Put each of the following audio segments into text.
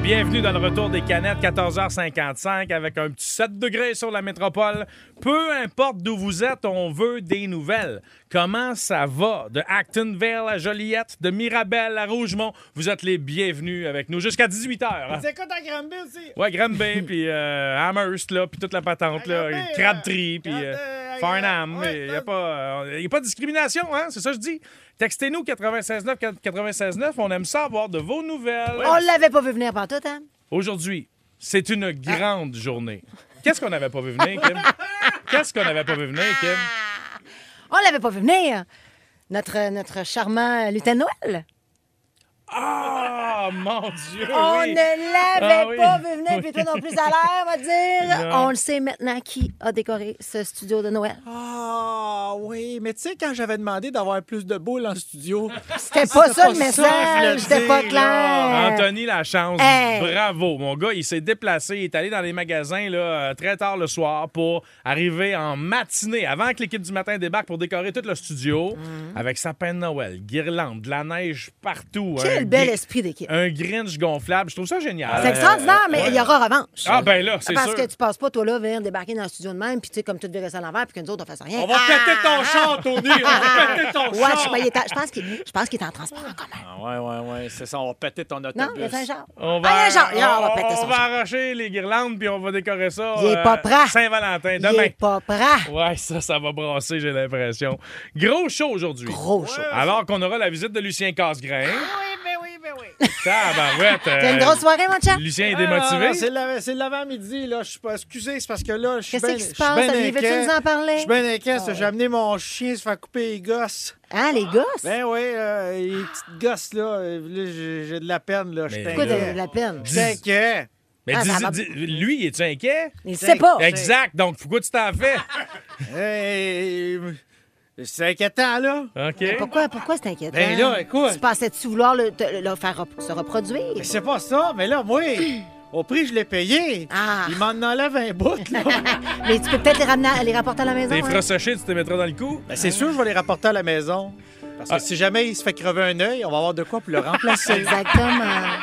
Bienvenue dans le retour des canettes, 14h55, avec un petit 7 degrés sur la métropole. Peu importe d'où vous êtes, on veut des nouvelles. Comment ça va? De Actonville à Joliette, de Mirabel à Rougemont, vous êtes les bienvenus avec nous jusqu'à 18h. hein? C'est quoi ta grande bille aussi? Ouais, Granby, puis euh, Amherst, là, puis toute la patente, là, Granby, et euh, Crabtree, puis Grand- euh, euh, Farnham. ouais, Il n'y a, ça- pas, euh, y a pas de discrimination, hein? C'est ça que je dis. Textez-nous 969 969, on aime ça avoir de vos nouvelles. On l'avait pas vu venir pantoute, hein? Aujourd'hui, c'est une grande journée. Qu'est-ce qu'on n'avait pas vu venir, Kim? Qu'est-ce qu'on n'avait pas vu venir, Kim? On l'avait pas vu venir. Notre, notre charmant lutin de Noël. Ah, mon Dieu! On Eh oui. ne l'avait Ah oui. pas vu venir, puis toi non plus à l'air, on va dire. Non. On le sait maintenant qui a décoré ce studio de Noël. Ah oui, mais tu sais, quand j'avais demandé d'avoir plus de boules en studio, C'était pas ça pas le ça, je voulais message, c'était pas dire, clair. Anthony Lachance, Hey. bravo. Mon gars, il s'est déplacé, il est allé dans les magasins là, euh, très tard le soir pour arriver en matinée, avant que l'équipe du matin débarque pour décorer tout le studio, Mhm. avec sapin de Noël, guirlande, de la neige partout. un Quel bel gri- esprit d'équipe. Un Grinch gonflable, je trouve ça génial. C'est extraordinaire, mais il y aura revanche. Ah ben là, c'est Parce sûr. que tu passes pas, toi, là, venir débarquer dans le studio de même, puis tu sais, comme tout verrait ça à l'envers, puis que nous autres, on fasse rien. On va Ah! péter ton chant, Anthony! On va péter ton Ouais, je chant! ben, il est en- je pense qu'il je pense qu'il est en transport en commun. ah, ouais, ouais, ouais, c'est ça, on va péter ton ben, autobus. Non, il est un genre. On Ah, va, il est genre. Ah, on va on- péter on son va char. arracher les guirlandes puis on va décorer ça. euh, Il est pas prêt. Saint-Valentin, Il demain. est pas prêt. Ouais, ça, ça va brasser, j'ai l'impression. Gros show aujourd'hui. Gros show. Alors qu'on aura la visite de Lucien Casgrain. Ah Oui, mais oui, mais oui. Tabarouette. T'as une euh, grosse soirée, mon chat? Lucien est Ah, démotivé. c'est l'avant- c'est l'avant-midi, là. Je suis pas. Excusez, c'est parce que là, je suis Qu'est-ce bien. qui se je suis passe? bien Olivier, inquiet. veux-tu nous en parler? Je suis bien inquiet, parce que j'ai amené mon chien se faire couper les gosses. Hein, les gosses? Ben oui, euh, les petites gosses, là, euh, là, j'ai j'ai de la peine, là. Je suis Mais Pourquoi là- euh, t'as eu de inquiet. la peine? Je suis inquiet. Mais Ah, dis- ça va- Oh, dis- lui, es-tu inquiet? Il sait pas. Exact. Donc, pourquoi tu t'en fais? Hey, c'est inquiétant, là. OK. Pourquoi, pourquoi c'est inquiétant? Ben là, écoute. Tu pensais-tu vouloir le, te- le faire rep- se reproduire? Ben, Mais c'est pas ça, mais là, moi, au prix, je l'ai payé. Ah. Il m'en enlève un bout, là. Ben, Mais tu peux peut-être les, ramener, à- les rapporter à la maison. T'es hein? frossoché, tu te mettras dans le cou? Ben, c'est sûr, je vais les rapporter à la maison. Parce que Ah. si jamais il se fait crever un œil, on va avoir de quoi pour le remplacer. Exactement.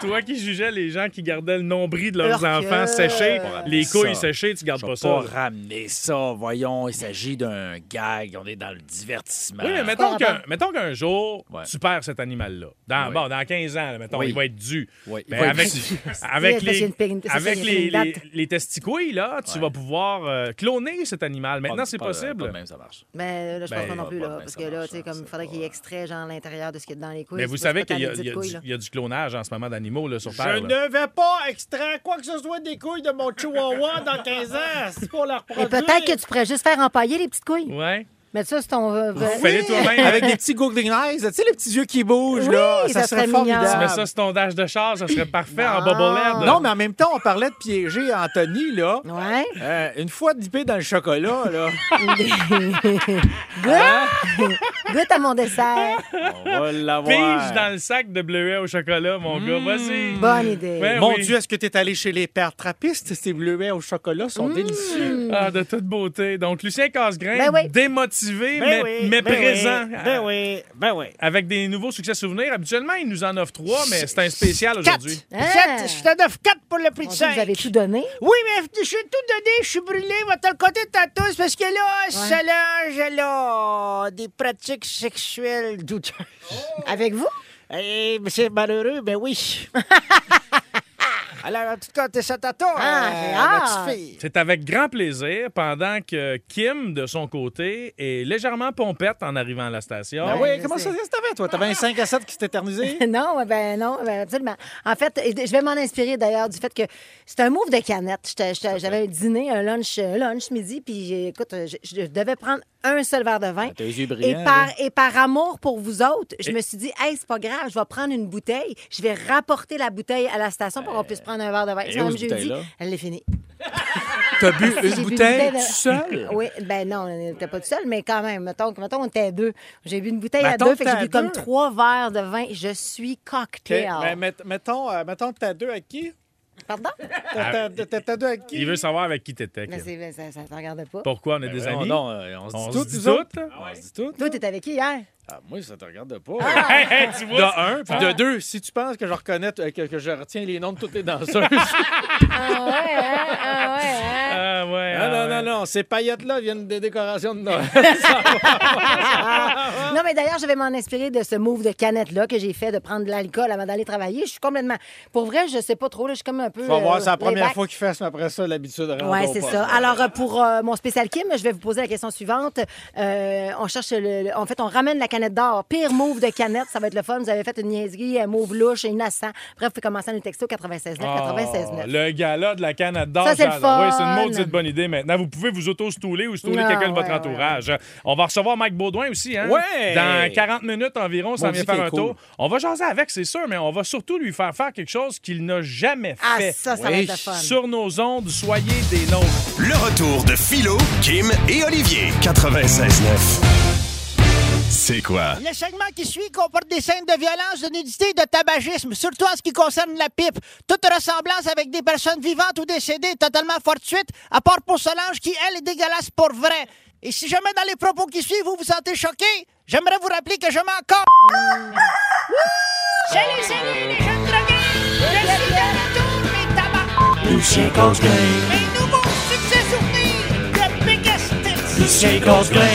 Toi qui jugeais les gens qui gardaient le nombril de leurs Leur enfants queue. séchés, les couilles Ça. séchées, tu gardes Je pas vais ça. pas ramener ça, voyons, il s'agit d'un gag, on est dans le divertissement. Oui, mais mettons Pas qu'un, avant. mettons qu'un jour, Ouais. tu perds cet animal-là. Dans, Oui. bon, dans 15 ans, là, mettons, Oui. il va être dû. Oui, il Ben, va être avec dû. avec Parce qu'il y a les, une ping- c'est ça, avec il y a les, une date. les, les testicouilles, là, tu Ouais. vas pouvoir euh, cloner cet animal. Maintenant, c'est Pas- possible. pas de même, ça marche. Mais là, je pense Ben, pas non plus, pas- là. pas- Parce ça que là, marche, tu sais, ça, comme il c'est faudrait pas- qu'il extrait, genre, l'intérieur de ce qu'il y a dans les couilles. Mais Tu vous peux pas savez qu'il y, a- t'enlever il y a de couilles, du- là. il y a du clonage en ce moment d'animaux là, sur Je Terre. là. ne vais pas extraire quoi que ce soit des couilles de mon chihuahua dans 15 ans. C'est pour la Et reproduire. peut-être que tu pourrais juste faire empailler les petites couilles. Ouais. Mais ça, c'est ton. euh, vrai- Fais-les toi-même. Avec des petits googling eyes, tu sais, les petits yeux qui bougent, là. Oui, Ça, ça serait, serait formidable. mignon. Mais ça, c'est ton dash de char, ça serait parfait en Non. bobblehead. non, mais en même temps, on parlait de piéger Anthony, là. Ouais. Euh, une fois dippé dans le chocolat, là, Ah! Goûte à mon dessert. On va Pige l'avoir. dans le sac de bleuet au chocolat, mon gars. Mmh. Vas-y. Bonne idée. Ben Mon oui. Dieu, est-ce que tu es allé chez les pères trappistes? Ces bleuets au chocolat sont délicieux. Ah, de toute beauté. Donc, Lucien Casgrain, Ben oui. démotivé, mais, mais présent. oui, ben oui. Avec des nouveaux succès souvenirs. Habituellement, il nous en offre trois, mais c'est un spécial aujourd'hui. Hein? Sept, je te donne 4 pour le prix Mon de Dieu, vous 5. avez tout donné. Oui, mais je suis tout donné, je suis brûlé, va t'en côté tantôt, c'est parce que là, ça là, là, des pratiques sexuelles douteuses. Avec vous? Eh, mais c'est malheureux, mais oui. Alors, en tout cas, t'es ça tantôt, Ah, euh, j'ai ma hâte. petite fille. C'est avec grand plaisir, pendant que Kim, de son côté, est légèrement pompette en arrivant à la station. Ah Ben oui, je comment ça sais. se t'avais, toi? T'avais un 5 à 7 qui s'est éternisé? Non, ben non, ben absolument. En fait, je vais m'en inspirer d'ailleurs du fait que c'est un move de canette. J'étais- j'étais- J'avais un dîner, un lunch, un lunch midi, puis j'ai- écoute, je, je devais prendre un seul verre de vin. Ah, T'as les yeux brillants, Et par, là. et par amour pour vous autres, je Et- me suis dit, hey, c'est pas grave, je vais prendre une bouteille, je vais rapporter la bouteille à la station pour qu'on puisse prendre un verre de vin. Euh, et C'est où, même cette bouteille-là? elle est finie. T'as bu J'ai bu une bouteille de- tout seul? Oui, ben non, on n'était pas tout seul, mais quand même, mettons, que- mettons on était à deux. J'ai bu une bouteille Mettons à que deux, fait que t'es j'ai à bu comme deux. trois verres de vin. Je suis OK, cocktail. ben, met- mettons, euh, mettons que t'as deux à qui? Pardon? Ah, T'as t'as deux à qui? Il veut savoir avec qui t'étais. Mais Kim. Ben c'est- mais ça, ça te regarde pas. Pourquoi on est Ben des voyons amis? donc, euh, on se On se dit tout, dit nous autres. tout. Ah, On se dit tout. Toi, t'es avec qui hier? Ah, moi, ça te regarde pas. Hey, hey, tu vois, De un, puis de deux, si tu penses que je reconnais, t- euh, que, que je retiens les noms de toutes les danseuses. Ah ouais, hein? Ah ouais, hein? Ah ouais. Ah, non, ah non, ouais. non, ces paillettes-là viennent des décorations de Noël. Non, mais d'ailleurs, je vais m'en inspirer de ce move de canette-là que j'ai fait de prendre de l'alcool avant d'aller travailler. Je suis complètement. Pour vrai, je sais pas trop. Là, je suis comme un peu. Tu vas voir, euh, c'est la première laid-back. fois qu'ils fassent, mais après ça, l'habitude rentre Oui, au c'est poste. ça. Alors, euh, pour euh, mon spécial Kim, je vais vous poser la question suivante. Euh, on cherche le, le- En fait, on ramène la canette d'or. Pire move de canette, ça va être le fun. Vous avez fait une niaiserie, un move louche, innocent. Bref, vous pouvez commencer à nous texter au 96 9 96 Ah, 9. le gala de la Canada d'or. Ça, c'est le j'adore. Oui, Ah, c'est une fun. maudite bonne idée maintenant. Vous pouvez vous auto-stouler ou stouler Ah, quelqu'un de votre ouais, entourage. On va recevoir Mike Baudouin aussi. Hein? Ouais! Dans 40 minutes environ, ça Maudit vient faire qu'il est un cool. tour. On va jaser avec, c'est sûr, mais on va surtout lui faire faire quelque chose qu'il n'a jamais Ah, fait. ça, ça va Oui. être le fun. Sur nos ondes, soyez des nôtres. Le retour de Philo, Kim et Olivier. 96.9. C'est quoi? Le segment qui suit comporte des scènes de violence, de nudité et de tabagisme, surtout en ce qui concerne la pipe. Toute ressemblance avec des personnes vivantes ou décédées est totalement fortuite, à part pour Solange qui, elle, est dégueulasse pour vrai. Et si jamais dans les propos qui suivent, vous vous sentez choqué, j'aimerais vous rappeler que je m'en encore. Salut, salut les jeunes drogués! Je suis de retour, mes tabacs! Lucien Cosgrave, Mes nouveaux succès souvenirs de Pegastis! Lucien Cosgrave,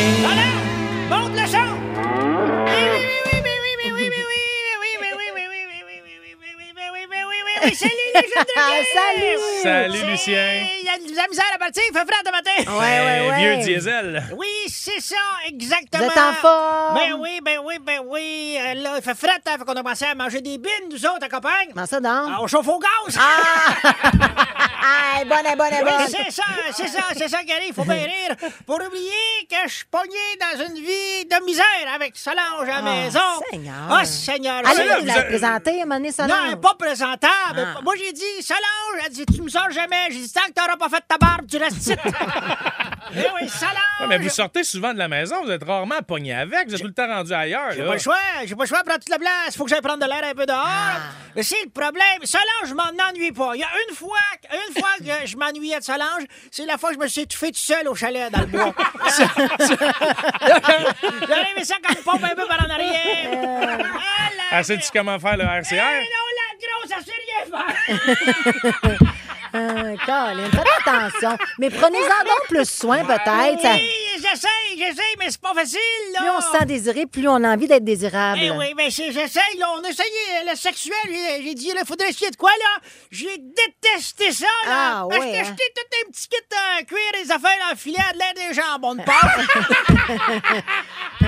Alors, monte le son! Salut les jeunes Ah, salut! Salut, Lucien. Il y a de la misère à partir, il fait froid de matin! Ouais, ouais, Eh, ouais. Vieux diesel. Oui, c'est ça, exactement! Vous êtes en forme? Ben oui, ben oui, ben oui! Euh, Là, il fait froid, hein, fait qu'on a commencé à manger des bines, nous autres, à Copenhague! Comment ça, donc? Ah, On chauffe au gaz! Ah, bonne, bonne, bonne. Oui, ben, c'est ça, c'est ça, c'est ça qui arrive, faut bien rire. Pour oublier que je suis pogné dans une vie de misère avec Solange à la Ah, maison. Seigneur. Ah, Seigneur. Allez, là, vous vous la avez- présenter, Mané Non, elle est Solange. pas présentable. Ah. Moi, j'ai dit, Solange, elle dit, tu me sors jamais. J'ai dit, tant que t'auras pas fait ta barbe, tu restes ici. Eh oui, Solange. Ouais, Ah, mais vous sortez souvent de la maison, vous êtes rarement pogné avec, vous êtes tout le temps rendu ailleurs. J'ai là. pas le choix, j'ai pas le choix, prends toute la place, faut que j'aille prendre de l'air un peu dehors. Mais c'est le problème, Solange, je m'en ennuie pas. Il y a une fois, une fois que je m'ennuyais de Solange, c'est la fois que je me suis étouffé tout seul au chalet dans le bois. J'aurais aimé ça quand je pompe un peu par en arrière. Ah, la- Ah, sais-tu comment faire le Eh, RCR? non, la grosse, ça sait rien faire. Ah, Colin, faites attention. Mais prenez-en donc plus soin, peut-être. Ça- Oui, j'essaye, j'essaye, mais c'est pas facile, là. Plus on se sent désiré, plus on a envie d'être désirable. Eh oui, mais c'est- j'essaye, là. On a essayé euh, le sexuel. J'ai j'ai dit, là, faudrait essayer de quoi, là? J'ai détesté ça, là. Ah, Parce ouais, que hein? j'étais tout un petit kit à cuir, les affaires en filet, de l'air des jambons de porc. Eh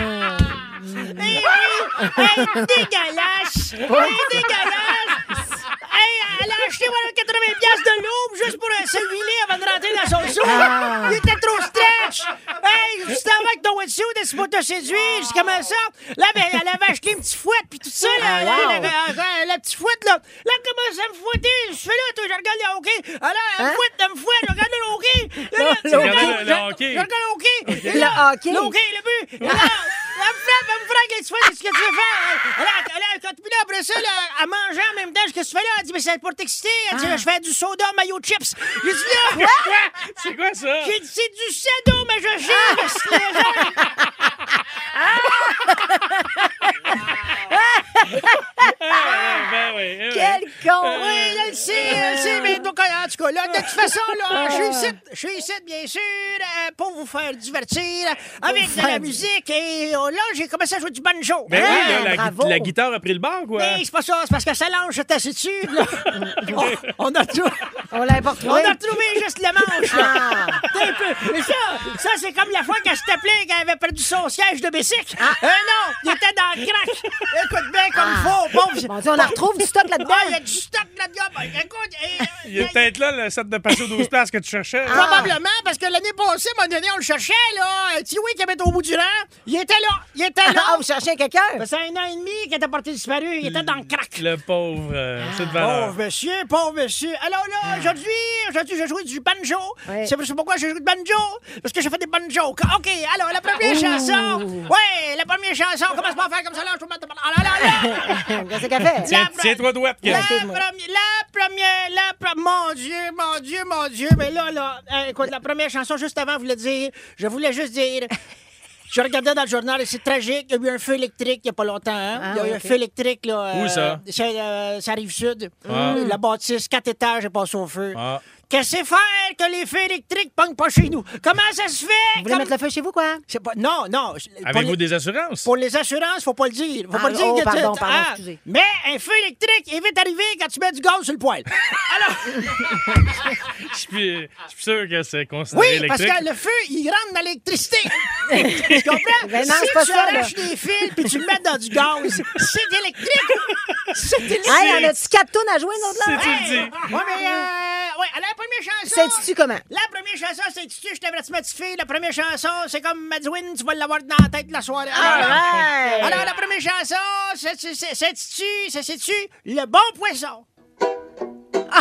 oui! Elle est dégueulasse! Elle est dégueulasse! Hey, elle a acheté voilà, 80 pièces de l'aube juste pour euh, se huiler avant de rentrer dans son sou. Ah. Il était trop stretch. Hey, juste avant avec ton wetsuit, est-ce pas te séduire? C'est comme ça. Là, ben, elle avait acheté une petite fouette, puis tout ça, là, Ah, là, wow. la, euh, la- la petite fouette, là. Là, elle commence à me fouetter. Je suis là, toi, je regarde le hockey. Alors, elle me Hein? Ah, fouette, elle me fouette, je regarde le hockey. Là, là, Le je hockey. regarde- Le- le je- hockey. Je regarde le hockey. Et Le là, hockey. Le hockey, le but. Et là, elle me frappe, elle me frappe, qu'est-ce que tu fais? Qu'est-ce que tu veux faire? Elle, elle, elle, elle, puis là, après ça, là, elle mangeait en même temps. Qu'est-ce que tu fais là? Elle dit, mais c'est pour t'exciter. Elle dit, je fais du soda, mayo chips. J'ai dit, là, C'est quoi ça? j'ai dit, c'est du sado, mais je chips. Ben oui, eh oui. Quel con! Oui, là, le sait, elle le sait, mais donc, en tout cas, là, de toute façon, là, je suis ici, je suis ici, bien sûr, euh, pour vous faire divertir avec de la musique. Et euh, là, j'ai commencé à jouer du banjo. Ben Ah, oui, là, la, bravo. gui- la guitare a pris le bord, quoi. Hein? Mais c'est pas ça, c'est parce que Solange était assise dessus. là. on, on a tout. On l'a pas On retrouvé. a retrouvé juste le manche. là. Ah. T'as un peu. Mais ça, ça c'est comme la fois qu'elle s'était plaint qu'elle avait perdu son siège de bicycle. Euh, non, il était dans le crack. Écoute bien comme Ah. faut, pauvre. Mon Dieu, on en retrouve du stock là-dedans. Ah, il y a du stock là-dedans. Ben, Écoute, eh, Il Ah. est peut-être là le set de patio 12 places que tu cherchais. là. Probablement, parce que l'année passée, à un moment donné, on le cherchait, là. Un petit oui qui avait au bout du rang. Il était là. Il était là. Ah, vous cherchez quelqu'un? Ça faisait un an et demi qu'il était parti disparu. Il était dans le crack. Le pauvre, euh, c'est de valeur. Ah, Ah. Pauvre monsieur, pauvre monsieur. Alors là, aujourd'hui, aujourd'hui, je joue du banjo. Ouais. C'est c'est pourquoi je joue du banjo. Parce que je fais des banjos. OK, alors la première chanson. Ouais, la première chanson commence par faire faire comme ça, là, je vais mettre... Ah, là, là, là! Qu'est-ce qu'elle fait? Tiens, tiens-toi douette, Kim. La Excuse-moi. premi- la première, la pre- mon Dieu, mon Dieu, mon Dieu, mais là, là, euh, écoute, la première chanson juste avant voulait dire, je voulais juste dire, je regardais dans le journal et c'est tragique, il y a eu un feu électrique il n'y a pas longtemps, hein. Ah, il y a eu oui, un ok. feu électrique, là. Où ça? C'est, euh, ça arrive sud. Ah. La bâtisse, quatre étages est passée au feu. Ah. Qu'est-ce que c'est faire que les feux électriques pognent pas chez nous? Comment ça se fait? Vous voulez Comme- mettre le feu chez vous, quoi? C'est pas- Non, non. je- pour Avez-vous les- des assurances? pour les assurances, faut pas le dire. Faut Ah, pas le dire. oh, que tu- pardon, pardon, ah, excusez. mais un feu électrique est vite arrivé quand tu mets du gaz sur le poêle. Je suis je suis sûr que c'est considéré Oui, parce électrique. que le feu, il rentre dans l'électricité. tu comprends? Ben non, si c'est pas tu ça, là. arraches des fils puis tu le mets dans du gaz, c'est électrique. C'est électrique. Hey, on a-tu quatre tonnes à jouer, notre Si là? tu le dis. Ouais, mais euh, ouais, la première chanson. Sais-tu comment? La première chanson, c'est tu je t'avertis ma petite fille. La première chanson, c'est comme Madwin, tu vas l'avoir dans la tête la soirée. Ah, All right. Alors, la première chanson, c'est tu c'est-tu le bon poisson.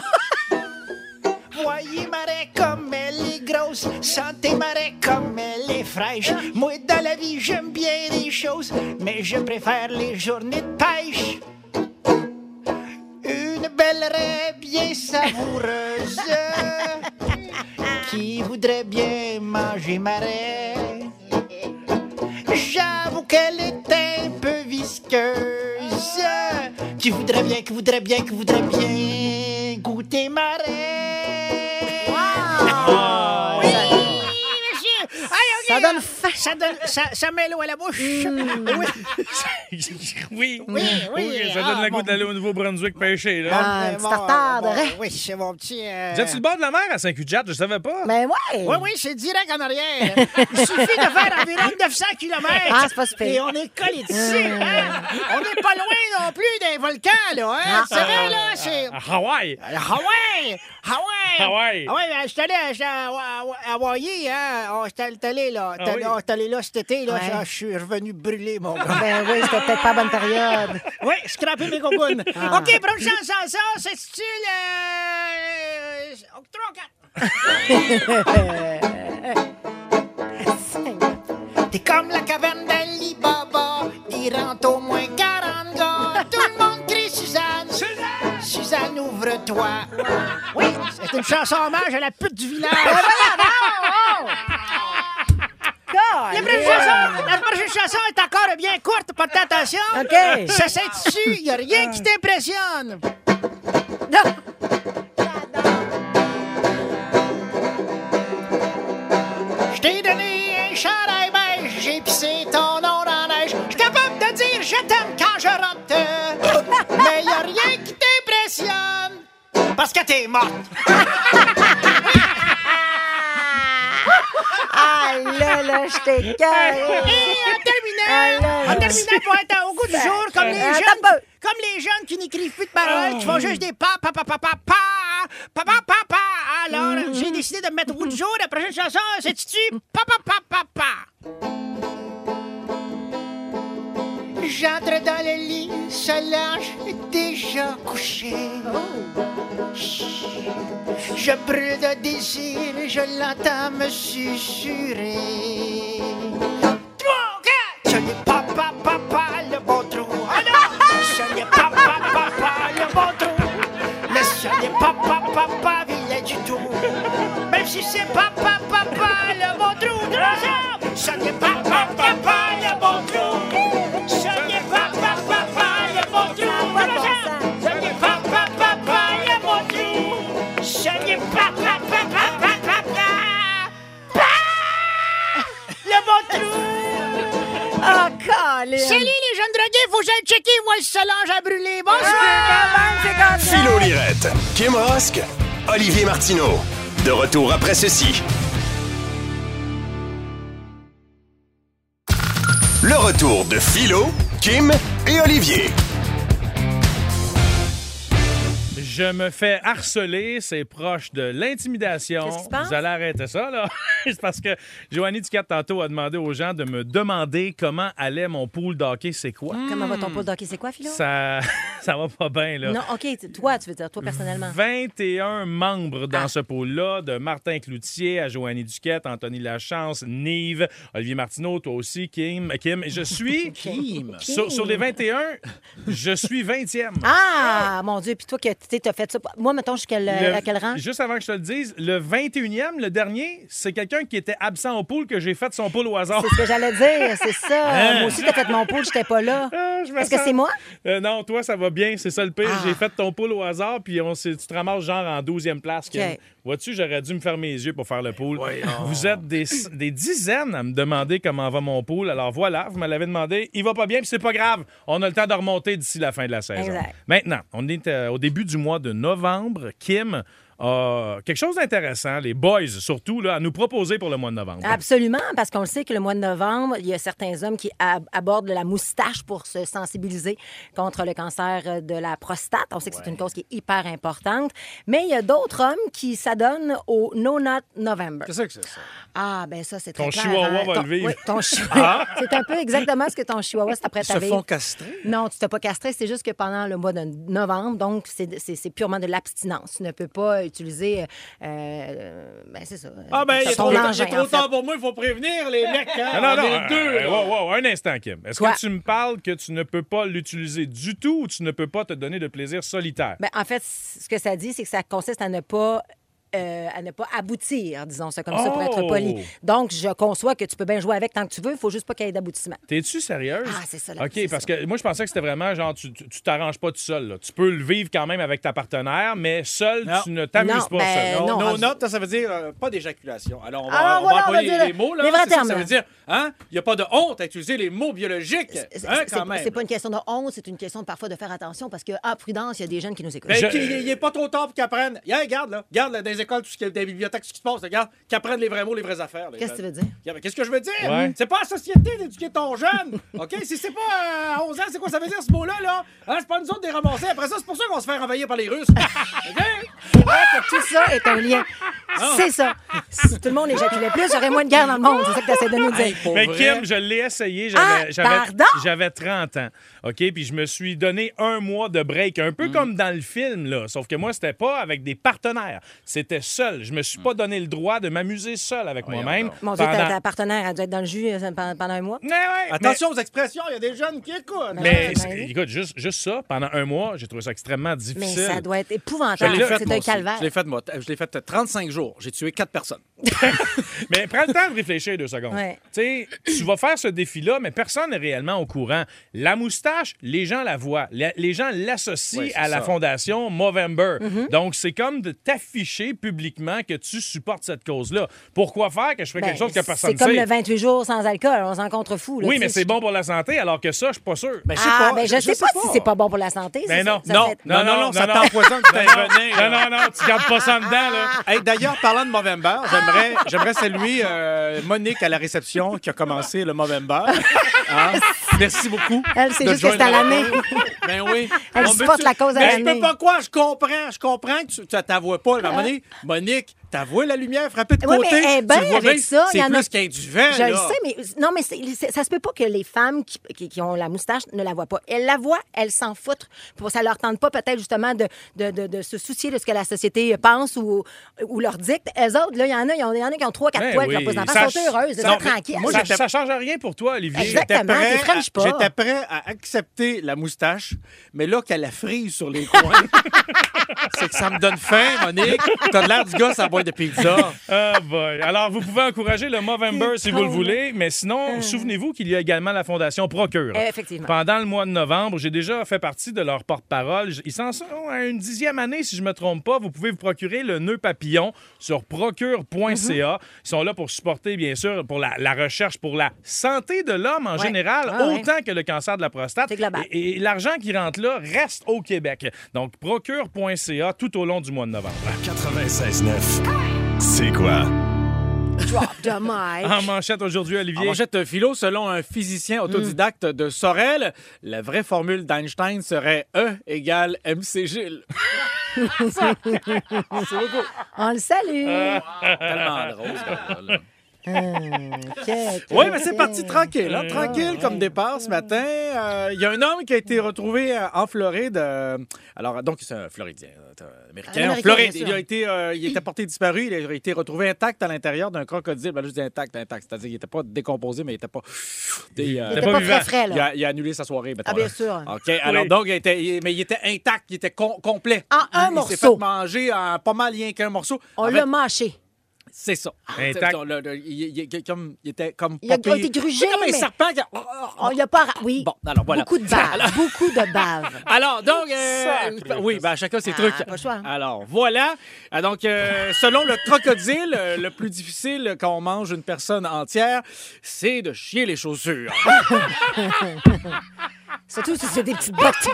Voyez marais comme elle est grosse, sentez marais comme elle est fraîche. Moi, dans la vie, j'aime bien les choses, mais je préfère les journées de pêche. Une belle raie bien savoureuse qui voudrait bien manger marais. J'avoue qu'elle est un peu visqueuse qui voudrait bien, qui voudrait bien, qui voudrait bien goûter marais. Ah, Oui, ça- monsieur. Hey, Ça ok, donne hein. Ça donne, ça, ça met l'eau à la bouche. Oui. oui. Hmm. Oui, oui, ça ah, donne le bon. goût d'aller au Nouveau-Brunswick pêcher. Là. Ah, un Mais petit bon, tartare de bon, raie. Oui, c'est euh, mon petit. euh, Vous êtes sur le bord de la mer à Saint-Cujat, je savais pas. Ben ouais! Oui, oui, c'est direct en arrière. Il suffit de faire environ 900 km. Ah, c'est pas si pire. Ah. Et on est collé d'ici. hein. On n'est pas loin non plus d'un volcan, là. Ah. Hein? C'est vrai, là, c'est... À Hawaï. Hawaï! Hawaï! Hawaï. Ah ouais, ben, je suis allé à- j'étais à Hawa- à Hawaï, hein. Oh, j'étais allé- j'étais allé, là. Ah J'étais oui. allé- j'étais allé là cet été, là. Ouais. Ah, Je suis revenu brûler, mon gars. Ben oui, c'était peut-être pas la bonne période. Oui, scraper mes cocounes. Ah. OK, prochaine chanson, c'est style. Euh, 3, 4. T'es comme la caverne d'Ali Baba, il rentre au moins 40 gars. Tout le monde crie Suzanne. Suzanne! Suzanne, ouvre-toi. Oui, c'est une chanson hommage à la pute du village. La prochaine, chanson, la prochaine chanson est encore bien courte, portez attention. OK. Ça s'intitule « Y a rien qui t'impressionne ». Je t'ai donné un chandail beige, j'ai pissé ton nom dans la neige. Je suis capable de dire je t'aime quand je rentre. Mais y a rien qui t'impressionne. Parce que t'es morte. Ah là là, je t'ai Et carré. en Ah là terminant, là. en terminant pour être au goût du jour, comme les Ben, Attends jeunes, un peu. comme les jeunes qui n'écrivent plus de paroles, qui font juste des pa pa pa pa pa pa pa pa pa pa. Alors, j'ai décidé de me mettre au goût du jour. La prochaine chanson s'intitule pa pa pa pa pa. J'entre dans le lit, Solange est déjà couchée. Je brûle de désir, je l'entends me susurrer. Trois, quatre. Ce n'est pas papa, papa, le bon trou. Ah non, ce n'est pas papa, papa, le bon trou. Mais ce n'est pas papa, papa, vilain du tout. Même si c'est papa, papa, le bon trou. Trois, quatre. Ce n'est pas papa, papa, le bon trou. Ce n'est pas papa, papa, le bon trou. Trois, quatre. Ce n'est pas papa, papa, le bon trou. Ce n'est pas papa, papa, papa, papa, le bon trou. Ah, Colin! Salut les jeunes drogués, faut que j'aille checker où le Solange a brûlé. Bonsoir! Ah, c'est comme ça. Philo Lirette, Kim Rosk, Olivier Martineau. De retour après ceci. Le retour de Philo, Kim et Olivier. Je me fais harceler, c'est proche de l'intimidation. Qu'est-ce qui se passe? Vous allez arrêter ça, là. c'est parce que Joanny Ducat, tantôt, a demandé aux gens de me demander comment allait mon pool d'hockey, c'est quoi. Comment va ton pool d'hockey? C'est quoi, Philo? Ça, ça va pas bien, là. Non, OK, t- toi, tu veux dire, toi personnellement. 21 membres Ah. dans ce pôle-là, de Martin Cloutier à Joanny Duquette, Anthony Lachance, Nive, Olivier Martineau, toi aussi, Kim. Kim. Et Je suis. Kim. Sur, sur les 21, je suis 20e. Ah, mon Dieu, puis toi, que tu as fait ça. Moi, mettons, je suis quel, Le- à quel rang? Juste avant que je te le dise, le 21e, le dernier, c'est quelqu'un qui était absent au pool que j'ai fait son pool au hasard. C'est ce que j'allais dire, c'est Hein? ça. Moi aussi, t'as fait mon pool, j'étais pas là. Ah, je me Est-ce que sens- c'est moi? Euh, non, toi, ça va bien, c'est ça le pire. Ah. J'ai fait ton pool au hasard, puis on s'est- tu te ramasses genre en 12e place. OK. Kim. Vois-tu, j'aurais dû me fermer les yeux pour faire le pool. Vous êtes des, des dizaines à me demander comment va mon pool. Alors voilà, vous me l'avez demandé. Il va pas bien, puis c'est pas grave. On a le temps de remonter d'ici la fin de la saison. Exact. Maintenant, on est euh, au début du mois de novembre. Kim a quelque chose d'intéressant, les boys surtout, là, à nous proposer pour le mois de novembre. Absolument, parce qu'on le sait que le mois de novembre, il y a certains hommes qui ab- abordent la moustache pour se sensibiliser contre le cancer euh, de la prostate. On sait que c'est une cause qui est hyper importante. Mais il y a d'autres hommes qui s'adonnent au No Not November. C'est ça que c'est ça. Ah, ben ça, c'est très Ton clair, chihuahua hein. va Ton- le vivre. Ah. oui, ton chihuahua. C'est un peu exactement ce que ton chihuahua, c'est après Ils ta se vie. font castrer. Non, tu t'es pas castré, c'est juste que pendant le mois de novembre, donc c'est c'est- c'est purement de l'abstinence. Tu ne peux pas utiliser, euh, euh, ben c'est ça. Ah ben, il est ton trop, il est engin, trop en fait. tard pour moi, il faut prévenir les mecs. Non, Hein, non, on non. est euh, deux. euh, là. wow, wow, un instant, Kim. Est-ce Quoi? que tu me parles que tu ne peux pas l'utiliser du tout ou tu ne peux pas te donner de plaisir solitaire? Ben, en fait, c- ce que ça dit, c'est que ça consiste à ne pas. euh, à ne pas aboutir, disons ça comme ça, pour être Oh! poli. Donc, je conçois que tu peux bien jouer avec tant que tu veux, il faut juste pas qu'il y ait d'aboutissement. Hein, T'es-tu sérieuse? Ah, c'est ça, la- OK, c'est parce ça. que moi, je pensais que c'était vraiment genre, tu tu- tu t'arranges pas tout seul. là. Tu peux le vivre quand même avec ta partenaire, mais seul, Non. tu ne t'amuses pas Non, ben, seul. non, Nos rendu- notes, ça veut dire euh, pas d'éjaculation. Alors, on va, Alors, on voilà, va on va employer dire les mots. Là, les vrais C'est ça que termes, Ça là. veut dire, hein, il n'y a pas de honte à utiliser les mots biologiques. C'est hein, c'est- quand même. c'est pas une question de honte, c'est une question de parfois de faire attention parce que, ah, prudence, il y a des jeunes qui nous écoutent. Ben, Je- qu'il- Il n'est pas trop tard pour qu'ils apprennent. Yeah, regarde, là. Regarde, là, dans les écoles, tout ce qui est, dans les bibliothèques, tout ce qui se passe. là, Regarde, qu'ils apprennent les vrais mots, les vraies affaires. là, Qu'est-ce que tu les veux jeunes. dire? Regarde, mais Qu'est-ce que je veux dire? Ouais. C'est pas à la société d'éduquer ton jeune. OK? Si c'est pas euh, à 11 ans, c'est quoi ça veut dire, ce mot-là, là? Hein, c'est pas nous autres des ramassés. Après ça, c'est pour ça qu'on se fait envahir par les Russes. OK? Ouais, que tout ça est un lien. C'est ça. Si tout le monde éjaculait plus, j'aurais moins de guerre dans le monde. C'est ça que tu essaies de nous dire. Mais Kim, je l'ai essayé. J'avais, Ah, j'avais- pardon? j'avais 30 ans. OK? Puis je me suis donné un mois de break, un Mm. peu comme dans le film, là. Sauf que moi, c'était pas avec des partenaires. C'était seul. Je me suis pas donné le droit de m'amuser seul avec moi-même. Mm. Mon Dieu, ta- pendant- ta, partenaire a dû être dans le jus euh, pendant pendant un mois. Ouais, ouais, mais- Attention aux expressions, il y a des jeunes qui écoutent. Mais Ouais, c'est- ben oui. écoute, juste, juste ça, pendant un mois, j'ai trouvé ça extrêmement Mais difficile. ça doit être Je épouvantable. l'ai fait, C'est moi un aussi. calvaire. Je l'ai fait, moi. Je l'ai fait 35 jours. J'ai tué 4 personnes. Mais prends le temps de réfléchir deux secondes. Ouais. Tu sais, tu vas faire ce défi-là, mais personne n'est réellement au courant. La moustache, les gens la voient. La- les gens l'associent Ouais, c'est à la ça. fondation Movember. Mm-hmm. Donc, c'est comme de t'afficher publiquement que tu supportes cette cause-là. Pourquoi faire que je fais Ben, quelque chose que personne c'est ne comme le sait? 28 jours sans alcool, on s'en contrefou. là, Oui, tu mais sais, c'est bon pour la santé, alors que ça, je suis pas sûr. Ben, je sais Ah, pas, ben je, sais pas, si c'est pas bon pour la santé. Mais c'est non, ça. Ça Non, fait- non, non, non, ça non. t'empoisonne. tu vas venir, Ah! non, là. non, non, tu gardes pas ça en dedans, Ah! là. Hey, D'ailleurs, parlant de Movember, j'aimerais, j'aimerais saluer euh, Monique à la réception qui a commencé le Movember. Hein? Merci beaucoup. Elle, c'est de juste que c'est joindre la à l'année. cause. Ben oui. Elle On supporte peut-tu- la cause à Mais Je l'année. peux pas croire, je comprends. Je comprends que tu tu- ta voix pas. À un moment donné, Monique, ta voix, la lumière frappée de Oui, côté. mais elle est tu bien le vois avec bien, ça, il y C'est en a- plus qu'un du vent. Je le là. sais, mais non, mais c'est- c'est- ça se peut pas que les femmes qui, qui- qui ont la moustache ne la voient pas. Elles la voient, elles s'en foutent. Pour, ça leur tente pas peut-être justement de, de, de- de se soucier de ce que la société pense ou, ou leur dicte. Elles autres, là, il y en a, il y en a- il y en a qui ont trois, quatre Ben poils, qui oui. n'ont pas d'enfants, Ça- elles sont heureuses, elles ça- sont tranquilles. moi, ça, j'étais- ça change rien pour toi, Olivier. Exact. J'étais Exactement, prêt t'es French à- pas. J'étais prêt à accepter la moustache, mais là, qu'elle la frise sur les coins, c'est que ça me donne faim, Monique. T'as de l'air du gars, ça boîte de pizza. Ah boy. Alors, vous pouvez encourager le Movember si vous le voulez, mais sinon, souvenez-vous qu'il y a également la Fondation Procure. Euh, effectivement. Pendant le mois de novembre, j'ai déjà fait partie de leur porte-parole. J- Ils s'en sont à une dixième année, si je me trompe pas. Vous pouvez vous procurer le nœud papillon sur procure.ca. Mhm. Ils sont là pour supporter, bien sûr, pour la, la recherche, pour la santé de l'homme en Ouais. général, Ah, ouais. autant que le cancer de la prostate. C'est global. Et, et l'argent qui rentre là reste au Québec. Donc, procure.ca tout au long du mois de novembre. 96.9. C'est quoi? Drop the mic. Ah. En manchette aujourd'hui, En Olivier. manchette philo, selon un physicien autodidacte de Sorel, la vraie formule d'Einstein serait E égale MC Gilles. On le salue. Ah. Tellement drôle, ce gars-là. Oui, Oui, mais c'est parti tranquille, hein, tranquille comme départ ce matin. Euh, Il y a un homme qui a été retrouvé euh, en Floride. euh, alors, donc, c'est un Floridien, euh, américain. Un En Américain, Floride, bien sûr. il a été, euh, il était porté disparu. Il a été retrouvé intact à l'intérieur d'un crocodile. Ben, là, je dis intact, intact. C'est-à-dire qu'il n'était pas décomposé, mais il n'était pas. Il, euh, Il T'es était pas pas, vivant. très frais, il là. a, il a annulé sa soirée. mettons, Ah, bien là. sûr. OK. Alors, donc, il était, il- mais il était intact, il était com- complet. En un il s'est morceau. fait manger en pas mal rien qu'un morceau. On En fait, l'a mâché. c'est ça. Intact. On l'a- le- il, il- il- comme, il était comme. Il a pas été pire. grugé, C'est comme un mais- Ah. serpent qui a- On y a pas. ra- Oui. Bon, alors voilà. Beaucoup de bave. beaucoup de bave. Alors, donc. euh, oui, ben, chacun ses Ah, trucs. pas le choix. Alors, voilà. Ah, Donc, euh, selon le crocodile, euh, le plus difficile quand on mange une personne entière, c'est de chier les chaussures. Surtout si c'est des petites bottes.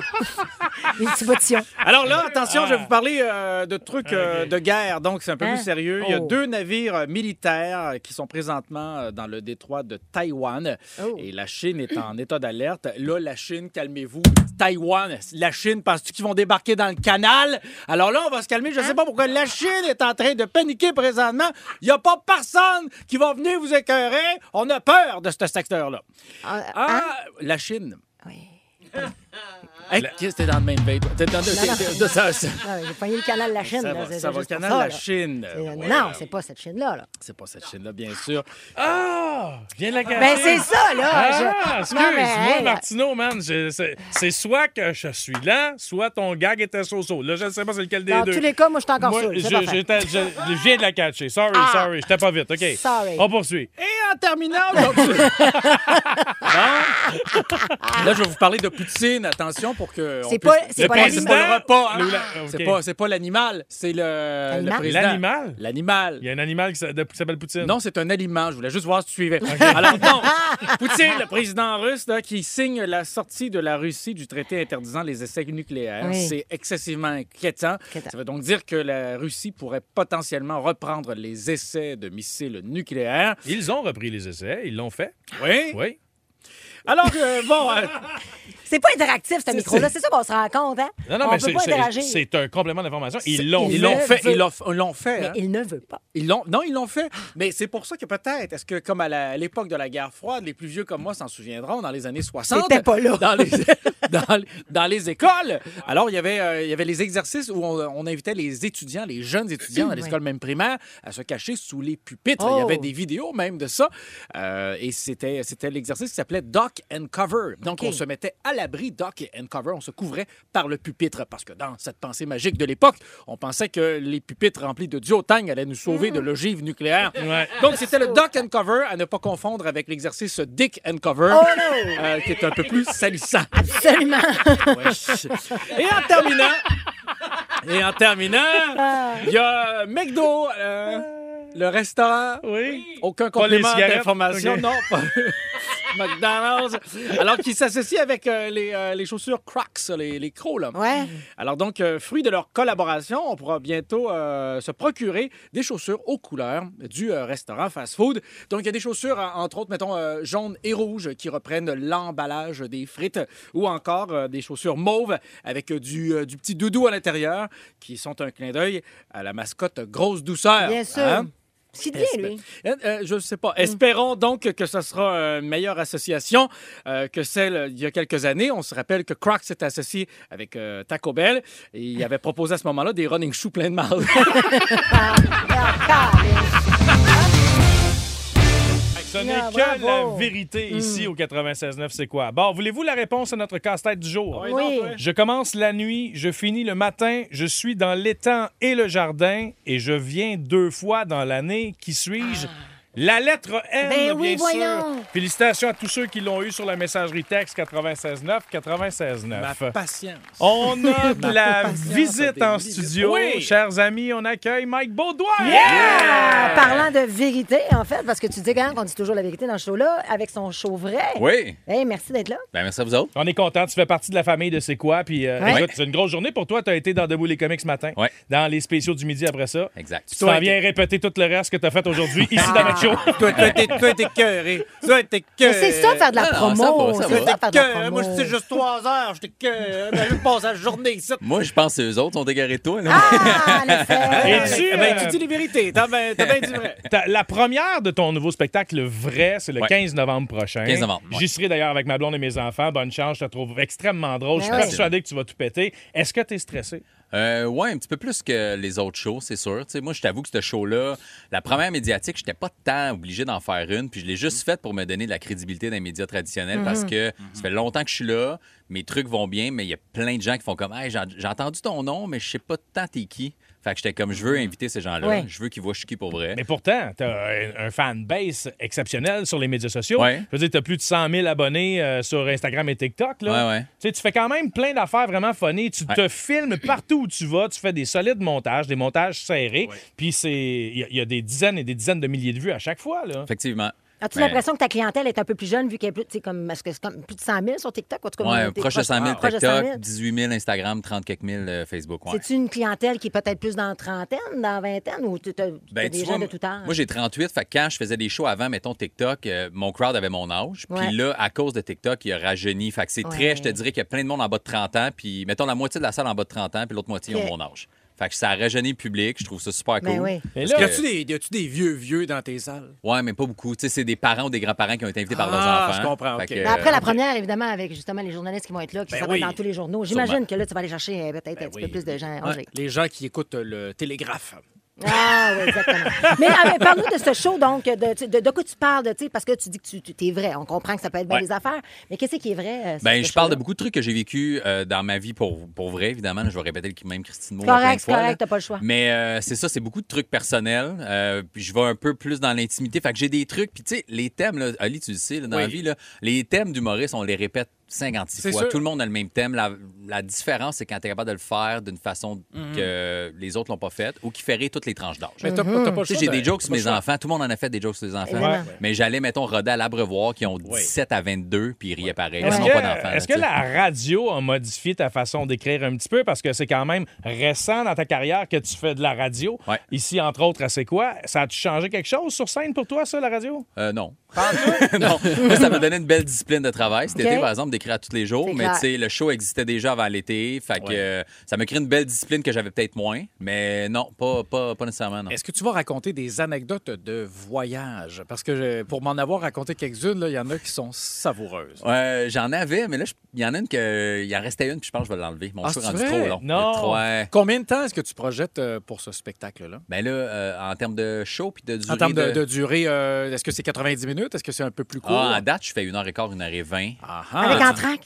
des petits bottillons. Alors là, Ah. attention, je vais vous parler euh, de trucs euh, de guerre, donc c'est un peu Hein? plus sérieux. Il y a Oh. deux navires euh, militaires qui sont présentement euh, dans le détroit de Taïwan Oh. et la Chine est en état d'alerte. Là, la Chine, calmez-vous. Taïwan, la Chine, penses-tu qu'ils vont débarquer dans le canal? Alors là, on va se calmer. Hein? Je ne sais pas pourquoi la Chine est en train de paniquer présentement. Il n'y a pas personne qui va venir vous écœurer. On a peur de ce secteur-là. Ah, Ah, la Chine. Oui. Hey, qu'est-ce que t'es dans le même veille, toi? T'es dans- t'es- t'es- t'es- ça- ça- Ah, J'ai pogné le canal de la Chine. ça là, va, c'est- ça c'est va, juste canal pour ça, la là. Chine. C'est- Euh, ouais, Non, euh, c'est pas cette Chine-là. Là. c'est pas cette Chine-là, bien sûr. Ah! Viens de la cacher. Ben, c'est ça, là. Ah, je- Non, mais, excuse-moi, hey, euh, Martineau, man. je- C'est c'est soit que je suis là, soit ton gag était so-so. Là, je ne sais pas c'est lequel des Dans deux. tous les cas, moi, je suis encore Moi, saoul. je, C'est parfait. j'étais- je- je viens de la catcher. Sorry, sorry. J'étais pas vite. OK. Sorry. On poursuit. Et en terminant, donc- Non. là, je vais vous parler de Poutine. Attention pour que. on C'est puisse- pas- c'est Le pas président, l'animal. C'est pas le repas. hein. Le- la- OK. C'est pas, c'est pas l'animal, c'est le, le L'animal? président. L'animal? L'animal. Il y a un animal qui s'a- de- qui s'appelle Poutine. Non, c'est un aliment. Je voulais juste voir si tu suivais. Alors, donc, Poutine, le président russe, là, qui signe la sortie de la Russie du traité interdisant les essais nucléaires, Oui. c'est excessivement inquiétant. Inquiétant. Ça veut donc dire que la Russie pourrait potentiellement reprendre les essais de missiles nucléaires. Ils ont repris les essais. Ils l'ont fait. Oui. Oui. Alors, euh, bon, euh, C'est pas interactif, ce micro-là. C'est ça qu'on se rend compte, hein? Non, non, On mais peut c'est- pas c'est interagir. c'est un complément d'information. Ils l'ont ils fait. l'ont fait. veut- Ils l'ont ils l'ont fait. Mais hein. il ne veut pas. Ils l'ont, non, ils l'ont fait. Mais c'est pour ça que peut-être, est-ce que comme à, la- à l'époque de la guerre froide, les plus vieux comme moi s'en souviendront, dans les années 60, T'étais pas là. Dans les, dans, les- dans les écoles, alors il y avait, euh, il y avait les exercices où on, on invitait les étudiants, les jeunes étudiants dans les Ouais. écoles même primaires, à se cacher sous les pupitres. Il y Oh. avait des vidéos même de ça. Euh, et c'était, c'était l'exercice qui s'appelait Dock and Cover. Donc OK. on se mettait à l'abri, Dock and Cover, on se couvrait par le pupitre. Parce que dans cette pensée magique de l'époque, on pensait que les pupitres remplis de diotagne allaient nous sauver de l'ogive nucléaire. Ouais. Donc, c'était le Dock and Cover, à ne pas confondre avec l'exercice Dick and Cover, euh, qui est un peu plus salissant. Absolument. Wesh. Et en terminant, et en terminant, il y a McDo, euh, le restaurant. Oui. Aucun Pas les complément cigarettes, d'information, ok. non. pas- McDonald's. Alors qu'il s'associe avec euh, les, euh, les chaussures Crocs, les, les crocs, là. Ouais. Alors donc, euh, fruit de leur collaboration, on pourra bientôt euh, se procurer des chaussures aux couleurs du euh, restaurant fast-food. Donc, il y a des chaussures, euh, entre autres, mettons, euh, jaunes et rouges qui reprennent l'emballage des frites ou encore euh, des chaussures mauves avec euh, du, euh, du petit doudou à l'intérieur qui sont un clin d'œil à la mascotte Grosse Douceur. Bien sûr. Hein? Ce qui devient, Espé- lui. Euh, euh, je ne sais pas. Espérons donc que ce sera euh, une meilleure association euh, que celle euh, il y a quelques années. On se rappelle que Crocs s'est associé avec euh, Taco Bell et il avait proposé à ce moment-là des running shoes pleins de mal. Ce n'est Ah, que bravo. la Mm. vérité ici au 96.9, c'est quoi? Bon, voulez-vous la réponse à notre casse-tête du jour? Oui. Je commence la nuit, je finis le matin, je suis dans l'étang et le jardin, et je viens deux fois dans l'année. Qui suis-je? La lettre N, Ah. Ben oui, bien sûr. voyons. Félicitations à tous ceux qui l'ont eu sur la messagerie texte 96.9, Ma 96.9. patience. On a de la patience a visite des en limites. studio. Oui. Chers amis, on accueille Mike Baudouin. Ah, parlant de vérité, en fait, parce que tu dis quand on dit toujours la vérité dans le show-là, avec son show vrai. Oui. Hey, merci d'être là. Ben, merci à vous autres. On est content, tu fais partie de la famille de C'est quoi. Puis euh, Ouais. écoute, c'est une grosse journée pour toi. Tu as été dans Debout les comics ce matin, Ouais. dans les spéciaux du midi après ça. Exact. Tu t'en viens répéter tout le reste que tu as fait aujourd'hui ici dans notre show. Toi, toi, t'es toi, t'es écoeuré. Toi, t'es Mais c'est ça, faire de la Ah, non, ça promo. va, ça C'est ça, va. T'es faire de la écoeuré. promo. Moi, je suis juste trois heures. Je t'écoeure. Ben, Je passe la journée ici. Moi, je pense que eux autres ont dégaré toi. là. Ah, en effet. Et Eh tu, ben, euh, tu dis les vérités. T'as bien dit vrai. Ta- la première de ton nouveau spectacle vrai, c'est le Ouais. 15 novembre prochain. 15 novembre, ouais. J'y serai d'ailleurs avec ma blonde et mes enfants. Bonne chance, je te trouve extrêmement drôle. je suis Mais ouais. persuadé que tu vas tout péter. Est-ce que tu es stressé? Euh, ouais, un petit peu plus que les autres shows, c'est sûr. Tu sais, moi, je t'avoue que ce show-là, la première médiatique, j'étais pas tant obligé d'en faire une, puis je l'ai juste faite pour me donner de la crédibilité dans les médias Mm-hmm. traditionnels parce que ça fait longtemps que je suis là, mes trucs vont bien, mais il y a plein de gens qui font comme Hey, j'en- j'ai entendu ton nom, mais je sais pas tant t'es qui. Fait que j'étais comme je veux inviter ces gens-là, Mm-hmm. Ouais. je veux qu'ils voient je suis qui pour vrai. Mais pourtant, tu as un, fan base exceptionnel sur les médias sociaux. Ouais. Je veux dire, tu as plus de 100 000 abonnés euh, sur Instagram et TikTok. Là. Ouais, ouais. Tu sais, tu fais quand même plein d'affaires vraiment funny. Tu Ouais. te filmes partout où tu vas. Tu fais des solides montages, des montages serrés. Puis c'est il y, a- il y a des dizaines et des dizaines de milliers de vues à chaque fois. Là. Effectivement. As-tu Mais- l'impression que ta clientèle est un peu plus jeune vu qu'elle est plus, tu sais, comme, est-ce que c'est comme plus de 100 000 sur TikTok? ou en tout cas, Ben, Ouais, t'es proche de 100 000 ah, proche de 100 000. TikTok, 18 000 Instagram, 30 quelques mille euh, Facebook. ouais. C'est-tu une clientèle qui est peut-être plus dans la trentaine, dans la vingtaine, ou tu as, Ben, des tu gens vois, de tout âge? Moi, j'ai 38. Fait que quand je faisais des shows avant, mettons TikTok, euh, mon crowd avait mon âge. Puis Ouais. là, à cause de TikTok, il a rajeuni. Fait que c'est Ouais. très, je te dirais qu'il y a plein de monde en bas de 30 ans. Puis mettons la moitié de la salle en bas de 30 ans, puis l'autre moitié Ok. ont mon âge. Fait que ça a rajeuni le public. Je trouve ça super cool. Ben oui. Mais Parce là- que- Y a-tu des, y a-tu des vieux, vieux dans tes salles? Ouais, mais pas beaucoup. Tu sais, c'est des parents ou des grands-parents qui ont été invités par Ah, leurs enfants. je comprends, Fait ok. que, Ben, après euh, la première, évidemment, avec justement les journalistes qui vont être là, qui Ben sont oui. dans tous les journaux. J'imagine Sûrement. Ben que là, tu vas aller chercher euh, peut-être un petit peu oui. plus de Ben, gens Ouais, âgés. Hein? Les gens qui écoutent le télégraphe. Ah oui, exactement. Mais ah, mais parle-nous de ce show, donc, de, tu- de, de quoi tu parles, de, tu sais, parce que tu dis que tu, tu es vrai. On comprend que ça peut être bien Ouais. des affaires, mais qu'est-ce qui est vrai? euh, sur Ben, ce je parle de show-là? beaucoup de trucs que j'ai vécu euh, dans ma vie pour, pour vrai, évidemment. là, Je vais répéter le même Christine Moore Correct, plein de fois, correct, là. t'as pas le choix. Mais euh, c'est ça, c'est beaucoup de trucs personnels. euh, puis je vais un peu plus dans l'intimité. Fait que j'ai des trucs. Puis tu sais, les thèmes, là, Ali, tu le sais, là, dans Oui. la vie, là, les thèmes d'humoristes, on les répète 56 C'est fois. sûr. Tout le monde a le même thème. La, la différence, c'est quand t'es capable de le faire d'une façon Mm-hmm. que les autres l'ont pas faite ou qui ferait toutes les tranches d'âge. Mais t'as pas- t'as pas le Tu sais, choix j'ai de- des jokes sur t'as ben, pas le mes choix. enfants. Tout le monde en a fait des jokes sur les enfants. Évidemment. Mais j'allais, mettons, roder à l'Abreuvoir qui ont Oui. 17 à 22 puis ils riaient pareil. Est-ce Ils n'ont que, pas d'enfants. là, est-ce tu que sais. la radio a modifié ta façon d'écrire un petit peu? Parce que c'est quand même récent dans ta carrière que tu fais de la radio. Ouais. Ici, entre autres, à C'est quoi? Ça a-tu changé quelque chose sur scène pour toi, ça, la radio? Euh, non. non. Moi, ça m'a donné une belle discipline de travail. Cet OK. été, par exemple, d'écrire à tous les jours. C'est Mais clair. tu sais, le show existait déjà avant l'été. Fait que euh, ça m'a créé une belle discipline que j'avais peut-être moins. Mais non, pas, pas, pas nécessairement. Non. Est-ce que tu vas raconter des anecdotes de voyage? Parce que je- pour m'en avoir raconté quelques-unes, là, il y en a qui sont savoureuses. Euh, J'en avais, mais là, je- il y en a une que. Il en restait une, puis je pense que je vais l'enlever. Mon Ah, show est c'est rendu vrai? trop long. Non. Le trois- ouais. Combien de temps est-ce que tu projettes euh, pour ce spectacle-là? Ben là, euh, en termes de show puis de durée. En termes de, de durée, euh, est-ce que c'est 90 minutes? Est-ce que c'est un peu plus court? Ah, à date, je fais une heure et quart, une heure et vingt. Aha. Avec hein, Entrac.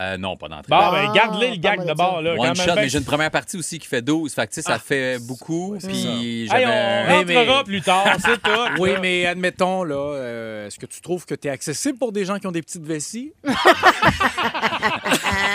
Euh, non, pas d'entrée. Ah. Ben, Bon, Ah, ben, garde-les le pas gag mal de de ça. bord, là. One quand même shot, bien. Ah. mais j'ai une première partie aussi qui fait 12. Fait que, tu sais, ça fait beaucoup. Puis Hey, j'avais- on Mais- rentrera mais- plus tard, c'est tout. Oui, là. mais admettons, là, euh, est-ce que tu trouves que tu es accessible pour des gens qui ont des petites vessies?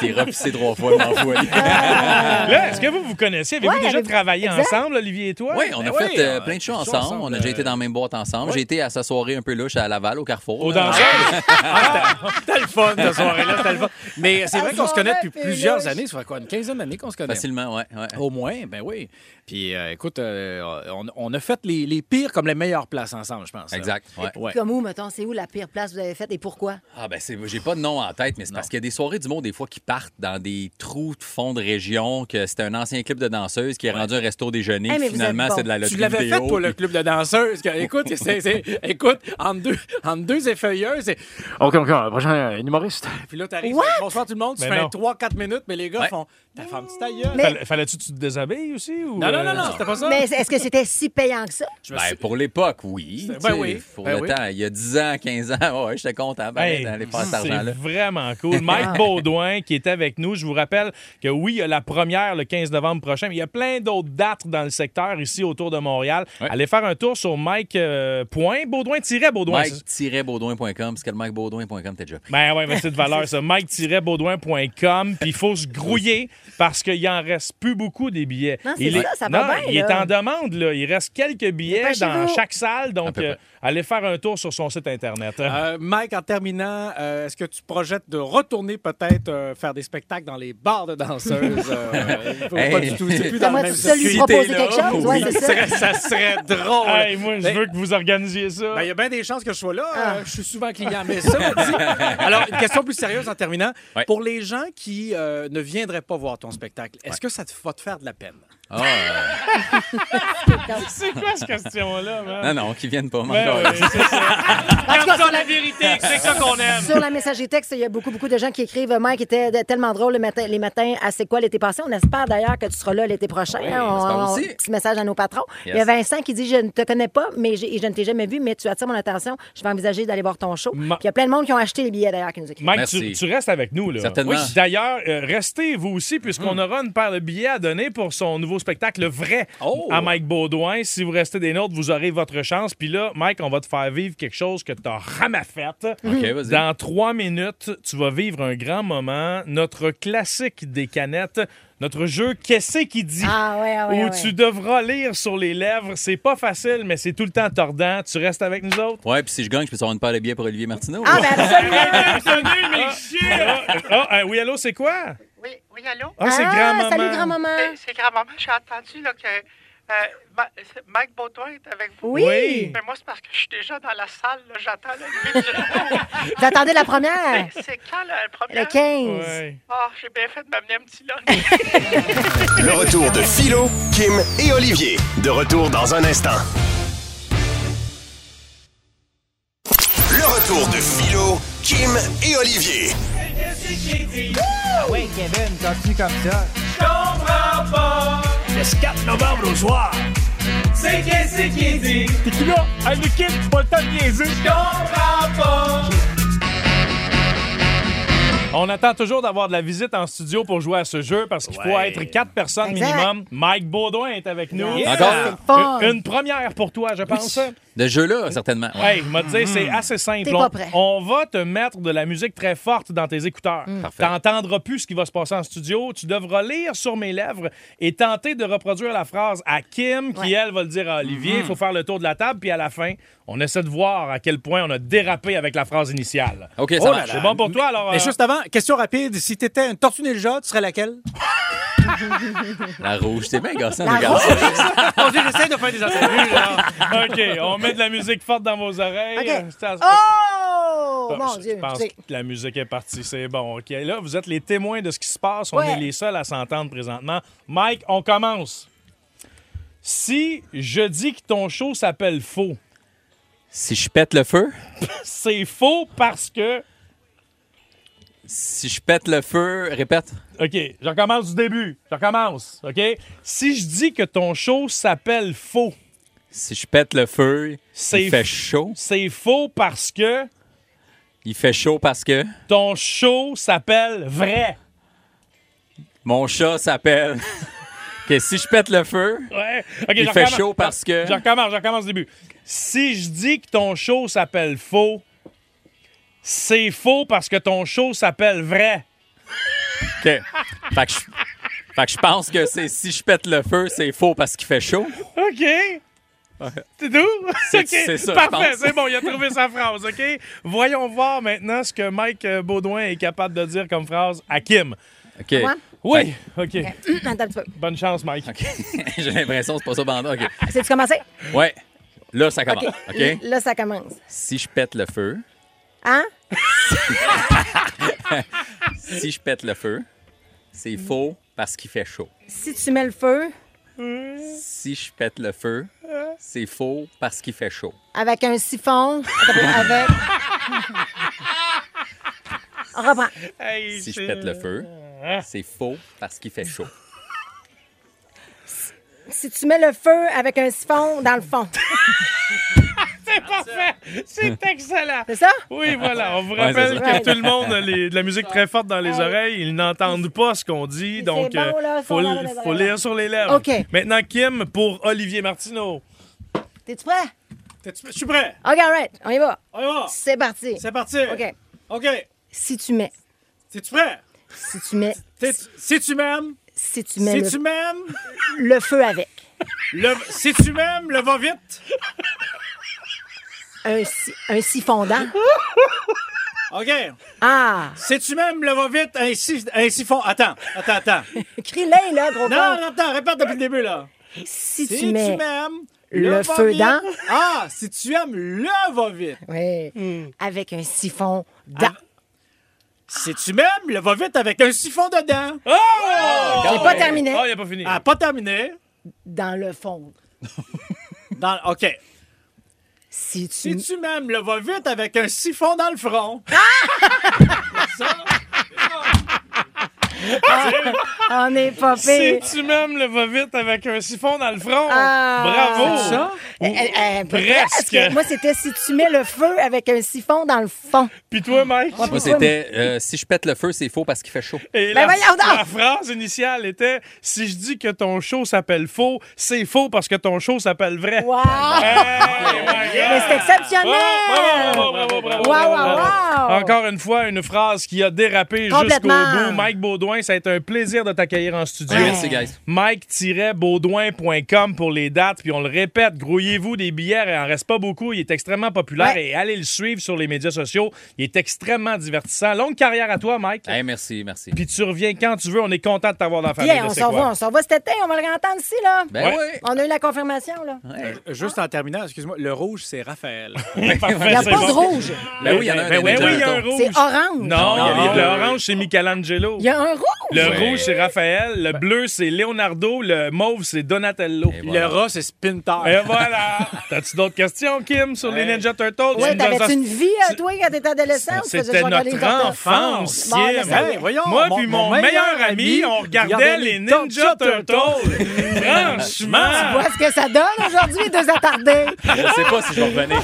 T'es repoussé trois fois, m'en fous. Ali. Là, est-ce que vous vous connaissez? Avez-vous Ouais, déjà avez- travaillé Exact. ensemble, Olivier et toi? Oui, on a Ben fait oui, on euh, a plein de choses fait ensemble. ça On ensemble. a déjà euh, été dans la même boîte ensemble. J'ai été à sa soirée un peu louche à Laval, au Carrefour. Aux là. danseuses? Ah, C'était le fun, cette soirée-là, c'était le fun. Mais c'est vrai qu'on se connaît depuis Puis plusieurs là, années. Ça fait quoi, une quinzaine d'années qu'on se connaît? euh, Facilement, ouais. ouais. Oh. Au moins, ben oui. Puis euh, écoute, euh, on, on a fait les, les pires comme les meilleures places ensemble, je pense. là. Exact. ouais. Ouais. Comme où, mettons, c'est où la pire place que vous avez faite et pourquoi? Ah ben c'est, j'ai pas de nom en tête, mais c'est parce qu'il y a des soirées du monde des fois qui partent dans des trous de fond de région que c'était un ancien clip de danseuse qui est rendu un resto déjeuner. Hey, mais puis vous finalement êtes bon. c'est de la loterie Tu l'avais vidéo. fait pour le puis- club de danseuses. que- écoute, c'est, c'est- écoute entre, deux, entre deux effeuilleuses, c'est OK, OK, le prochain euh, humoriste. Puis là, t'arrives, What? bonsoir tout le monde, tu Mais fais non. 3-4 minutes, mais les gars Ouais. font ta femme petite aïeule. Fallait- Fallait-tu que tu te déshabilles aussi? Ou Non, non, non, euh, non, c'était pas ça. Mais est-ce que c'était si payant que ça? Je me Ben, suis- pour l'époque, oui. Ben tu sais, oui, Pour ben le oui. temps, il y a 10 ans, 15 ans, ouais, j'étais content ben, Hey, d'aller faire cet c'est argent-là. vraiment cool. Ah. Mike Baudouin qui est avec nous. Je vous rappelle que oui, il y a la première le 15 novembre prochain, mais il y a plein d'autres dates dans le secteur ici autour de Montréal. Ouais. Allez faire un tour sur Mike euh, point Baudouin tiret Baudouin. c'est- Mike-baudouin.com, parce que le mike-baudouin.com, t'es déjà pris. Ben ouais, mais c'est de valeur ça. Mike-baudouin.com. Puis il faut se grouiller parce qu'il en reste plus beaucoup des billets. Non, c'est Il est- ça, ça va non, bien, Il là. est en demande là. Il reste quelques billets dans Dépêchez-vous. chaque salle, À donc peu près. euh, allez faire un tour sur son site internet. hein. Euh, Mike, en terminant, euh, est-ce que tu projettes de retourner retourner peut-être euh, faire des spectacles dans les bars de danseuses. euh, faut pas Hey. du tout. C'est plus Ça dans va le tu même ça lui style. proposer là, quelque chose? Ouais, oui. c'est Ah, ça. Ça serait drôle. Hey, moi, je Ben- veux que vous organisiez ça. Ben, il y a bien des chances que je sois là. Euh, je suis souvent client. Mais ça, on dit- Alors, une question plus sérieuse en terminant. Ouais. Pour les gens qui euh, ne viendraient pas voir ton spectacle, est-ce que ça te va te faire de la peine? Ah, euh, c'est quoi cette question-là, man? non, non, qu'ils viennent pas. Ben encore. oui, c'est ça. En tout cas, sur la- vérité, c'est ça qu'on aime. Sur la messagerie texte, il y a beaucoup, beaucoup de gens qui écrivent euh, Mike était de- tellement drôle le matin, les matins à C'est quoi l'été passé. On espère d'ailleurs que tu seras là l'été prochain. Oui, hein. on espère aussi. petit message à nos patrons. Yes. Il y a Vincent qui dit Je ne te connais pas mais j'ai- et je ne t'ai jamais vu, mais tu attires mon attention. Je vais envisager d'aller voir ton show. Ma- Puis il y a plein de monde qui ont acheté les billets d'ailleurs qui nous écrivent. Mike, tu, Merci. tu restes avec nous. Là. Certainement. Hmm. Oui. D'ailleurs, euh, restez vous aussi, puisqu'on aura une paire de billets à donner pour son nouveau spectacle Le Vrai Oh! à Mike Baudouin. Si vous restez des nôtres, vous aurez votre chance. Puis là, Mike, on va te faire vivre quelque chose que t'as ramaffette. OK, vas-y. Dans trois minutes, tu vas vivre un grand moment. Notre classique des canettes, notre jeu Qu'est-ce qui dit? Ah ouais, ah ouais, ah où ouais. tu devras lire sur les lèvres. C'est pas facile, mais c'est tout le temps tordant. Tu restes avec nous autres? Ouais, puis si je gagne, je peux avoir une paire de billets pour Olivier Martineau. Ah, ben absolument. Ah, ah, ah, oui, allô, c'est quoi? Oui, oui, allô? Ah, c'est Ah, grand-maman. Salut, grand-maman. C'est- C'est grand-maman, j'ai entendu là, que euh, Ma- c'est- Mike Baudouin est avec vous. Oui. Mais moi, c'est parce que je suis déjà dans la salle, là, j'attends le début du show. Vous attendez la première? C'est- C'est quand la Le première? 15. Ouais. Ah, j'ai bien fait de m'amener un petit lunch. Le retour de Philo, Kim et Olivier. De retour dans un instant. Le retour de Philo, Kim et Olivier. On attend toujours d'avoir de la visite en studio pour jouer à ce jeu parce qu'il faut être quatre personnes Exact. minimum. Mike Baudouin est avec nous. Ah, Yeah. Encore? C'est le fun. Une, une première pour toi, je pense. De jeu-là, certainement. Ouais. Hey, m'a dit, c'est Mm-hmm. assez simple. T'es On- pas prêt. On, va te mettre de la musique très forte dans tes écouteurs. Mm. Parfait. T'entendras plus ce qui va se passer en studio. Tu devras lire sur mes lèvres et tenter de reproduire la phrase à Kim, qui, Ouais. elle, va le dire à Mm-hmm. Olivier. Il faut faire le tour de la table, puis à la fin, on essaie de voir à quel point on a dérapé avec la phrase initiale. OK, ça Oh là marche. là. C'est bon pour toi, alors? Mais euh, juste avant, question rapide. Si t'étais une tortue ninja, tu serais laquelle? La rouge, c'est bien gossant, La les garçons. On dit, j'essaie de faire des interviews. là. OK, on met de la musique forte dans vos oreilles. OK. Euh, c'est à- Oh! Ah, Mon je- Dieu. Je pense C'est- que la musique est partie. C'est bon, OK. Là, vous êtes les témoins de ce qui se passe. On Ouais. est les seuls à s'entendre présentement. Mike, on commence. Si je dis que ton show s'appelle Faux, Si je pète le feu, c'est faux parce que... si je pète le feu, répète. OK, je recommence du début. Je recommence, OK? Si je dis que ton show s'appelle Faux, Si je pète le feu, C'est il fait f- chaud. c'est faux parce que Il fait chaud parce que ton show s'appelle Vrai. mon chat s'appelle. que si je pète le feu, Ouais. OK, Il je fait recommence. chaud parce que- Je recommence, je recommence au début. Si je dis que ton show s'appelle faux, c'est faux parce que ton show s'appelle vrai. que. Fait que je, fait que je pense que c'est si je pète le feu, c'est faux parce qu'il fait chaud. OK. C'est tout? C'est- OK, c'est ça, je Parfait, pense. c'est bon, il a trouvé sa phrase, OK? Voyons voir maintenant ce que Mike euh, Baudouin est capable de dire comme phrase à Kim. OK. Moi? Oui, OK. Attends un petit peu. Bonne chance, Mike. OK. J'ai l'impression que c'est pas ça, Banda. OK. C'est-tu commencé? Ouais. Là, ça commence. OK? Là, ça commence. Si je pète le feu, Hein? si je pète le feu, c'est faux parce qu'il fait chaud. Si tu mets le feu Si je pète le feu, c'est faux parce qu'il fait chaud. avec un siphon, avec. On reprend. Hey, Si je c'est- pète le feu, c'est faux parce qu'il fait chaud. Si tu mets le feu avec un siphon dans le fond. C'est parfait! C'est excellent! C'est ça? Oui, voilà. On vous Ouais, rappelle c'est ça. que tout le monde a les- de la musique très forte dans les oreilles. Ils n'entendent pas ce qu'on dit. Donc, euh, bon, là, faut, ça, on en a dans faut les oreilles. lire sur les lèvres. OK. Maintenant, Kim pour Olivier Martineau. T'es-tu prêt? T'es-tu- Je suis prêt. OK, all right. On y va. On y va. C'est parti. Ah. C'est parti. OK. OK. Si tu mets. T'es-tu prêt? Si tu mets. T'es- Si tu m'aimes, Si tu mets si le, tu m'aimes, le feu avec. le- si tu m'aimes, le va vite. Un, si- un siphon dans. OK. Ah! Sais-tu même le va-vite ainsi, ainsi font. Attends, attends, attends. Crie-le, là, gros Non, con. non, attends, répète depuis le début, là. Si Si tu mets... aimes le va-vite- feu dans- Ah, si tu aimes le va-vite. Oui. Hmm. Avec un siphon dans. Si tu m'aimes, le va-vite avec un siphon dedans. Oh! J'ai pas terminé. Oh, il a pas fini. Ah, pas terminé. Dans le fond. Dans... OK. Si tu... Si tu m'aimes, le va-vite avec un siphon dans le front. On n'est pas Si pire. tu m'aimes le va-vite avec un siphon dans le front, Ben, Ah. bravo! C'est ça? Eh, eh, eh, Presque. Moi, c'était si tu mets le feu avec un siphon dans le fond. Puis toi, Mike? Moi, c'était euh, si je pète le feu, c'est faux parce qu'il fait chaud. Et Ben la, voyons donc! la phrase initiale était Si je dis que ton show s'appelle faux, c'est faux parce que ton show s'appelle vrai. Wow! Hey, my God! Mais c'est exceptionnel! Oh, bravo, bravo, bravo, bravo, Wow, wow, bravo. wow. Encore une fois, une phrase qui a dérapé jusqu'au Complètement. bout. Mike Baudouin, ça a été un plaisir de t'accueillir en studio. Merci, guys. Mike-baudouin.com pour les dates. Puis on le répète, grouillez-vous des billets, il en reste pas beaucoup. Il est extrêmement populaire Ouais. et allez le suivre sur les médias sociaux. Il est extrêmement divertissant. Longue carrière à toi, Mike. Hey, merci, merci. Puis tu reviens quand tu veux. On est content de t'avoir dans la famille. Bien, de on C'est s'en quoi. va, on s'en va cet été, on va le réentendre ici, là. Ben Ouais. oui. On a eu la confirmation, là. Euh, Juste en terminant, excuse-moi, le rouge, c'est Raphaël. Parfait, Il n'y a c'est pas bon. de rouge, Ben oui, il y en a un. Ben des oui, deux. oui, il y a un rouge. c'est orange. Non, il y a- Non. le orange, c'est Michelangelo. Il y a un rouge. Le Ben. Ouais. rouge, c'est Raphaël. Le bleu, c'est Leonardo. Le mauve, c'est Donatello. Et Et voilà. Le rat, c'est Spinter. voilà. T'as-tu d'autres questions, Kim, sur les Ninja Turtles? Tu Oui, nous as- t'avais-tu une vie, euh, toi, quand t'étais adolescent? Tu faisais C'était jouer dans les notre enfants. enfance, Bon, ben, Kim. ça y est. Hey, voyons, Moi puis mon, meilleur ami, on regardait les Ninja Turtles. Tu Franchement! vois ce que ça donne aujourd'hui, deux attardés. Je sais pas si je vais revenir.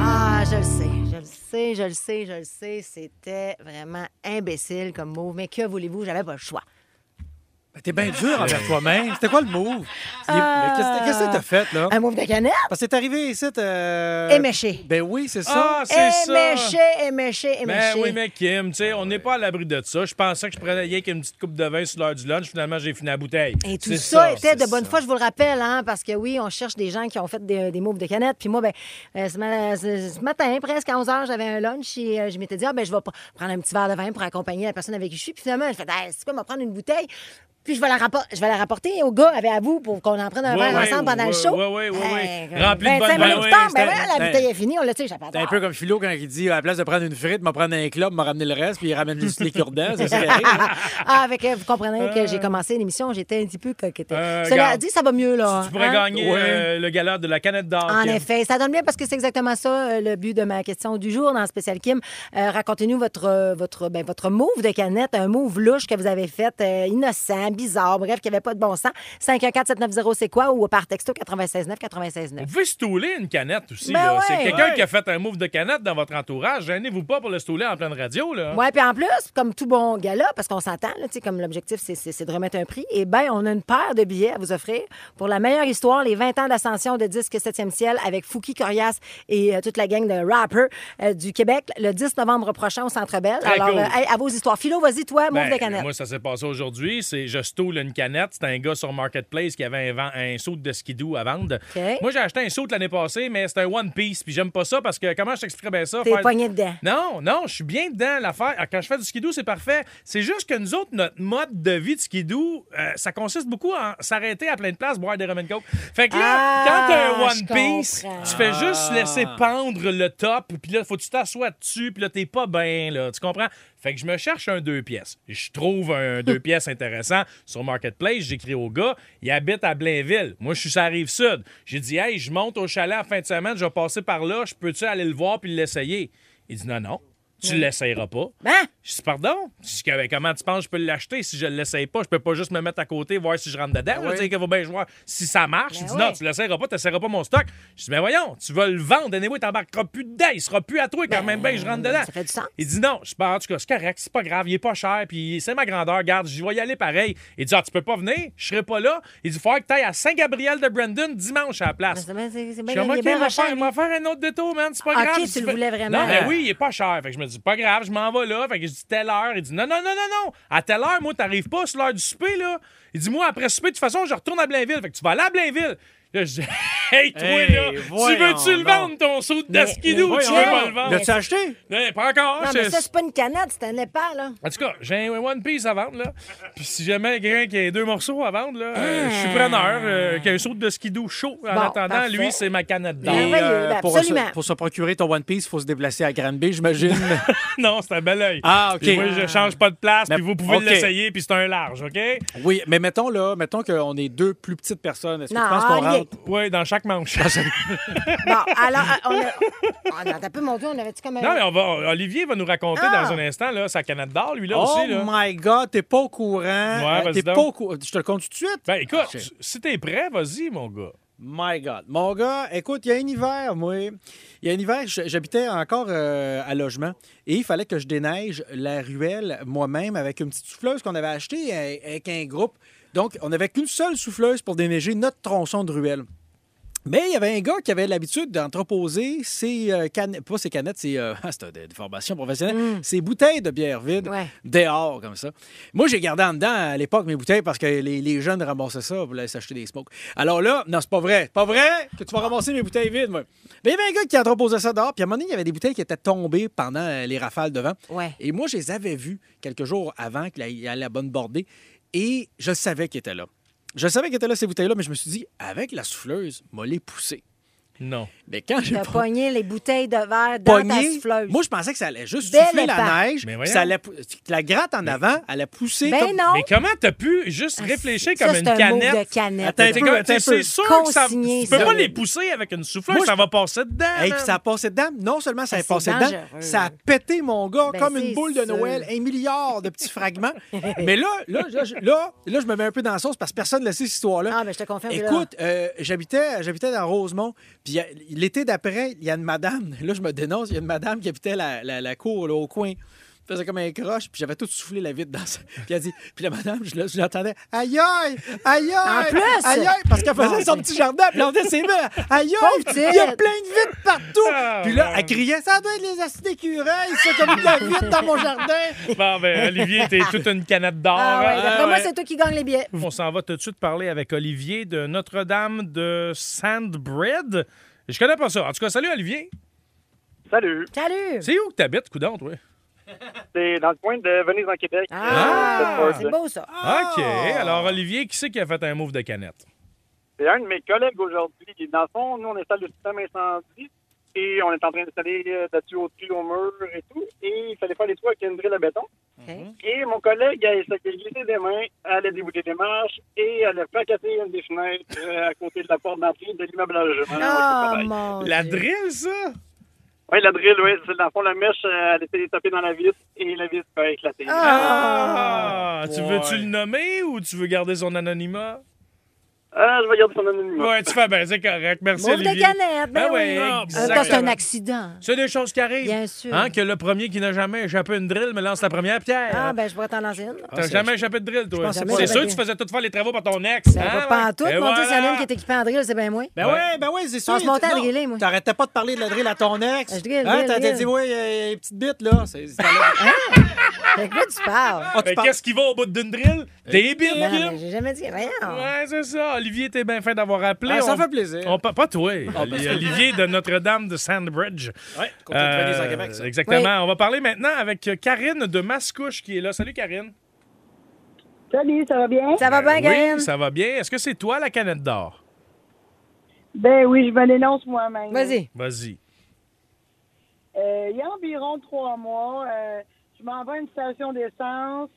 Ah, je le sais, je le sais, je le sais, je le sais. C'était vraiment imbécile comme mot, mais que voulez-vous, j'avais pas le choix. Ben, T'es bien dur envers toi-même. C'était quoi le move? Il- Mais qu'est-ce- Qu'est-ce que t'as fait, là? Euh, Un move de canette? Parce que t'es arrivé ici, euh... Éméché. Ben oui, c'est ça. Ah, c'est ça! Éméché, éméché, Ben éméché. oui, mais Kim, tu sais, on n'est pas à l'abri de ça. Je pensais que je prenais rien qu'une petite coupe de vin sur l'heure du lunch. Finalement, j'ai fini la bouteille. Et Ben, tout C'est ça, c'est était de bonne ça. foi, je vous le rappelle, hein, parce que oui, on cherche des gens qui ont fait des, des moves de canette. Puis moi, ben, euh, ce, ma- ce- ce matin, presque à 11 h, j'avais un lunch et euh, je m'étais dit, ah, ben, je vais pr- prendre un petit verre de vin pour accompagner la personne avec qui je suis. Puis finalement, je fais, Hey, c'est quoi, me prendre une bouteille? Puis je vais, la rappor- je vais la rapporter au gars avec à vous pour qu'on en prenne un Ouais, verre ouais, ensemble pendant ouais, le show. ouais, ouais, ouais, ouais. Hey, Rempli de bonne- ben 25 minutes plus tard, ouais, ben, c'était- voilà, la ben, bouteille est finie, on l'a tué, j'appelle. T'es un peu comme Philo quand il dit à la place de prendre une frite, m'a prendre un club, m'a ramener le reste, puis il ramène juste les cure-dents. C'est ça qui arrive. ah, avec, vous comprenez que j'ai commencé l'émission, j'étais un petit peu coquette. Euh, Cela garde. dit, ça va mieux, là. Tu pourrais hein? gagner Ouais. euh, le galère de la canette d'or. En Kim. effet, ça donne bien parce que c'est exactement ça euh, le but de ma question du jour dans Spécial Kim. Euh, Racontez-nous votre, euh, votre, ben, votre move de canette, un move louche que vous avez fait, euh, innocent, bizarre, bref, qui n'avait pas de bon sens. 514-790, c'est quoi? Ou par texto 96 9 96 9. Vous pouvez stouler une canette aussi. Ben là. ouais. C'est quelqu'un Ouais. qui a fait un move de canette dans votre entourage. Gênez-vous pas pour le stouler en pleine radio. Là. Ouais, puis en plus, comme tout bon gala, parce qu'on s'entend, là, tu sais, comme l'objectif, c'est- c'est c'est de remettre un prix, eh bien, on a une paire de billets à vous offrir pour la meilleure histoire, les 20 ans d'ascension de disque 7e ciel avec Fouki Corias et euh, toute la gang de rappers euh, du Québec le 10 novembre prochain au Centre Bell. Très Alors, euh, cool. hey, à vos histoires. Philo, vas-y, toi, Ben, move de canette. Moi, ça s'est passé aujourd'hui. C'est je stoule une canette. C'était un gars sur Marketplace qui avait un, vent- un saut de skidoo à vendre. OK. Moi, j'ai acheté un saut l'année passée, mais c'était un One Piece. Puis j'aime pas ça parce que comment je t'expliquerais bien ça? T'es Faire- poigné dedans. Non, non, je suis bien dedans. L'affaire, Ah, quand je fais du skidoo, c'est parfait. C'est juste que nous autres, notre mode de vie de skidoo, euh, ça consiste beaucoup à s'arrêter à plein de places, boire des rum and coke. Fait que là, Ah, quand t'as un je One Piece, comprends. tu fais juste laisser pendre le top, puis là, faut que tu t'assoies dessus, puis là, t'es pas bien, là. Tu comprends? Fait que je me cherche un deux pièces. Je trouve un deux pièces intéressant sur Marketplace. J'écris au gars, il habite à Blainville. Moi, je suis sur la rive sud. J'ai dit, hey, je monte au chalet en fin de semaine, je vais passer par là, je peux-tu aller le voir puis l'essayer? Il dit, non, non, tu l'essayeras pas. Hein? Je dis, pardon? Je dis, Ben, comment tu penses que je peux l'acheter si je l'essaye pas? Je peux pas juste me mettre à côté, voir si je rentre dedans. Je veux dire qu'il faut bien voir si ça marche. Ben il dit, oui. non, tu l'essayeras pas, tu n'essayeras pas mon stock. Je dis, mais voyons, tu vas le vendre. Anyway, t'embarqueras plus dedans. Il sera plus à toi quand même bien que je rentre dedans. Ben ça fait du sens. Il dit, non, je dis, Ben, en tout cas, c'est correct, c'est pas grave, il est pas cher, puis c'est ma grandeur. Regarde, je vais y aller pareil. Il dit, ah, tu peux pas venir, je serai pas là. Il dit, il faudra que tu ailles à Saint-Gabriel de Brandon dimanche à la place. Ben, C'est bien- c'est- c'est Je bien- suis comme, il est OK, bien il va rochant, faire, lui. va faire un autre détour, man. C'est pas Ah, grave. ok, Si tu le fais- voulais vraiment. Non, mais oui, il est pas cher. Fait que je me dis, pas grave, je m'en vais là. Fait que je dis, telle heure. Il dit, non, non, non, non, non. À telle heure, moi, t'arrives pas sur l'heure du souper, là. Il dit, moi, après souper, de toute façon, je retourne à Blainville. Fait que tu vas aller à Blainville. Là, je dis, hey, toi, Hey, là, tu voyons veux-tu le donc. vendre, ton saut de Mais- skidoo? mais Tu veux voyons pas donc. le vendre? L'as-tu acheté? Non, pas encore. Non, je- mais ça, c'est pas une canette, c'est un épais, là. En tout cas, j'ai un One Piece à vendre, là. Puis si jamais quelqu'un qui a deux morceaux à vendre, là, euh, je suis preneur. euh, qui a un saut de skidoo chaud. En Bon, attendant, parfait. lui, c'est ma canette Ah, d'or. Merveilleux, ben, euh, pour, se, absolument. pour se procurer ton One Piece, il faut se déplacer à Granby, j'imagine. non, c'est un bel oeil. Ah, OK. Puis moi, je change pas de place, Mais- puis vous pouvez OK. l'essayer, puis c'est un large, OK? oui, mais mettons là, mettons qu'on est deux plus petites personnes. Est-ce que Non, tu penses qu'on rien. rentre? Oui, dans chaque manche. Bon, alors, euh, on a... oh, Ah, non, t'as peu, mon Dieu, on avait-tu comme... un- non, mais on va, Olivier va nous raconter Ah. dans un instant là, sa canette d'or, lui, là Oh aussi. Là. my God, t'es pas au courant. Euh, vas-y t'es donc. pas au courant. Je te le compte tout de suite. Ben écoute, Ok. si t'es prêt, vas-y, mon gars. My God. Mon gars, écoute, il y a un hiver, moi. Il y a un hiver, j- j'habitais encore euh, à logement et il fallait que je déneige la ruelle moi-même avec une petite souffleuse qu'on avait achetée euh, avec un groupe. Donc, on n'avait qu'une seule souffleuse pour déneiger notre tronçon de ruelle. Mais il y avait un gars qui avait l'habitude d'entreposer ses euh, canettes, pas ses canettes, c'est euh, ah, c'était des, des formations professionnelles, ses bouteilles de bière vide Ouais. dehors comme ça. Moi, j'ai gardé en dedans à l'époque mes bouteilles parce que les, les jeunes ramassaient ça pour aller s'acheter des smokes. Alors là, non, c'est pas vrai, c'est pas vrai que tu vas ramasser mes bouteilles vides, moi. Mais il y avait un gars qui entreposait ça dehors, puis à un moment donné, il y avait des bouteilles qui étaient tombées pendant euh, les rafales de vent. Ouais. Et moi, je les avais vus quelques jours avant qu'il aille à la bonne bordée. Et je savais qu'ils étaient là. Je savais qu'ils étaient là, ces bouteilles-là, mais je me suis dit, avec la souffleuse, m'a les poussé. Non. Mais quand j'ai T'as pas pogné les bouteilles de verre dans ta pogné, souffleuse. moi, je pensais que ça allait juste Belle souffler la épaule. neige. Mais puis voyons. ça allait pou- que la gratte en avant, elle a poussé. ben comme- non! Mais comment t'as pu juste réfléchir comme ça, une Ah, c'est un move canette? de canette. Attends un C'est peu, comme- attends un c'est peu. sûr que ça, Consigné, tu peux ça. pas les pousser avec une souffleuse, Moi, je- ça va passer dedans. Hey, man. puis ça a passé dedans. Non seulement ça a Ah, c'est passé dedans, dangereux. ça a pété mon gars Ben, comme une c'est boule de sûr. Noël, un milliard de petits fragments. Mais là, là, là, je- là, là, je me mets un peu dans la sauce parce que personne ne sait cette histoire-là. Ah, ben, je te confirme que là- Écoute, euh, j'habitais, j'habitais dans Rosemont. Puis il y a- l'été d'après, il y a une madame. Là, je me dénonce. Il y a une madame qui habitait la, la- la cour là, au coin. Elle faisait comme un croche, puis j'avais tout soufflé la vitre dans ça. Puis elle dit, puis la madame, je, la- je l'entendais, aïe aïe, aïe aïe, En plus! aïe aïe, parce qu'elle faisait son petit jardin, puis on disait, c'est vrai, aïe aïe, Pauvre il y a petite! plein de vitres partout. Ah, puis là, ouais. elle criait, ça doit être les acides d'écureuil, ça, comme de la vitre dans mon jardin. Bon, ben, Olivier, t'es toute une canette d'or. Ah, ouais, hein? d'après moi, ouais. c'est toi qui gagne les billets. On s'en va tout de suite parler avec Olivier de Notre-Dame de Sandbred. Je connais pas ça. En tout cas, salut Olivier. Salut, Salut! C'est où que t'habites, coudon, toi? c'est dans le coin de Venise en Québec. Ah, Euh, c'est beau, ça. OK. Alors, Olivier, qui c'est qui a fait un move de canette? C'est un de mes collègues aujourd'hui. qui, Dans le fond, nous, on installe le système incendie et on est en train d'installer euh, de la tuyauterie au mur et tout. Et il fallait faire les toits avec une drille à béton. ah, Oh, Et mon collègue, elle s'est glissée des mains, elle a débouté des marches et elle a fracassé une des fenêtres euh, à côté de la porte d'entrée de l'immeuble à logement. ah, où je Oh, travaille. mon La Dieu. drille, ça? Oui, la drille, oui. c'est- Dans le fond, la mèche, euh, elle était tapée dans la vis et la vis a éclaté. Ah! tu veux-tu boy. le nommer ou tu veux garder son anonymat? Ah, je vais garder son anonymat. Ouais, tu fais bien, c'est correct. Merci, Mauve Olivier. de canette, ben Ah ouais, oui. En même temps, c'est un exactement. accident. C'est des choses qui arrivent. Bien sûr. Hein, que le premier qui n'a jamais échappé une drille me lance la première pierre. Ah, ben, je pourrais t'en lancer une. T'as jamais échappé de drille, toi? pense que C'est moi, sûr que j'avais- tu faisais tout faire les travaux par ton ex. Ben, hein? pas en tout. Et Mon Dieu, voilà. s'il y en a une qui est équipée en drill, c'est bien moi. Ben Ouais. ouais, ben ouais, c'est sûr. On se montait à Non, driller, moi. T'arrêtais pas de parler de la drille à ton ex. Je drille, hein, drille, t'as t'as drille. dit, ouais, il y a une petite bite, là. C'est- c'est- De quoi Ben, tu parles? Ah, tu Ben, parles- qu'est-ce qui va au bout d'une drille? Des billes, Non, Kim. mais j'ai jamais dit. Voyons. Ouais, c'est ça. Olivier, t'es bien fin d'avoir appelé. Ah, ça On- fait plaisir. Ah, ben, On pa- Pas toi. Oli- Olivier de Notre-Dame de Sandbridge. Ouais, contre le Venise en Québec, ça. Exactement. On va parler maintenant avec Karine de Mascouche qui est là. Salut, Karine. Salut, ça va bien? Ça va bien, Karine? Oui, ça va bien. Est-ce que c'est toi la canette d'or? Ben oui, je me l'énonce moi-même. Vas-y. Vas-y. Euh, il y a environ trois mois, euh, je m'en vais à une station d'essence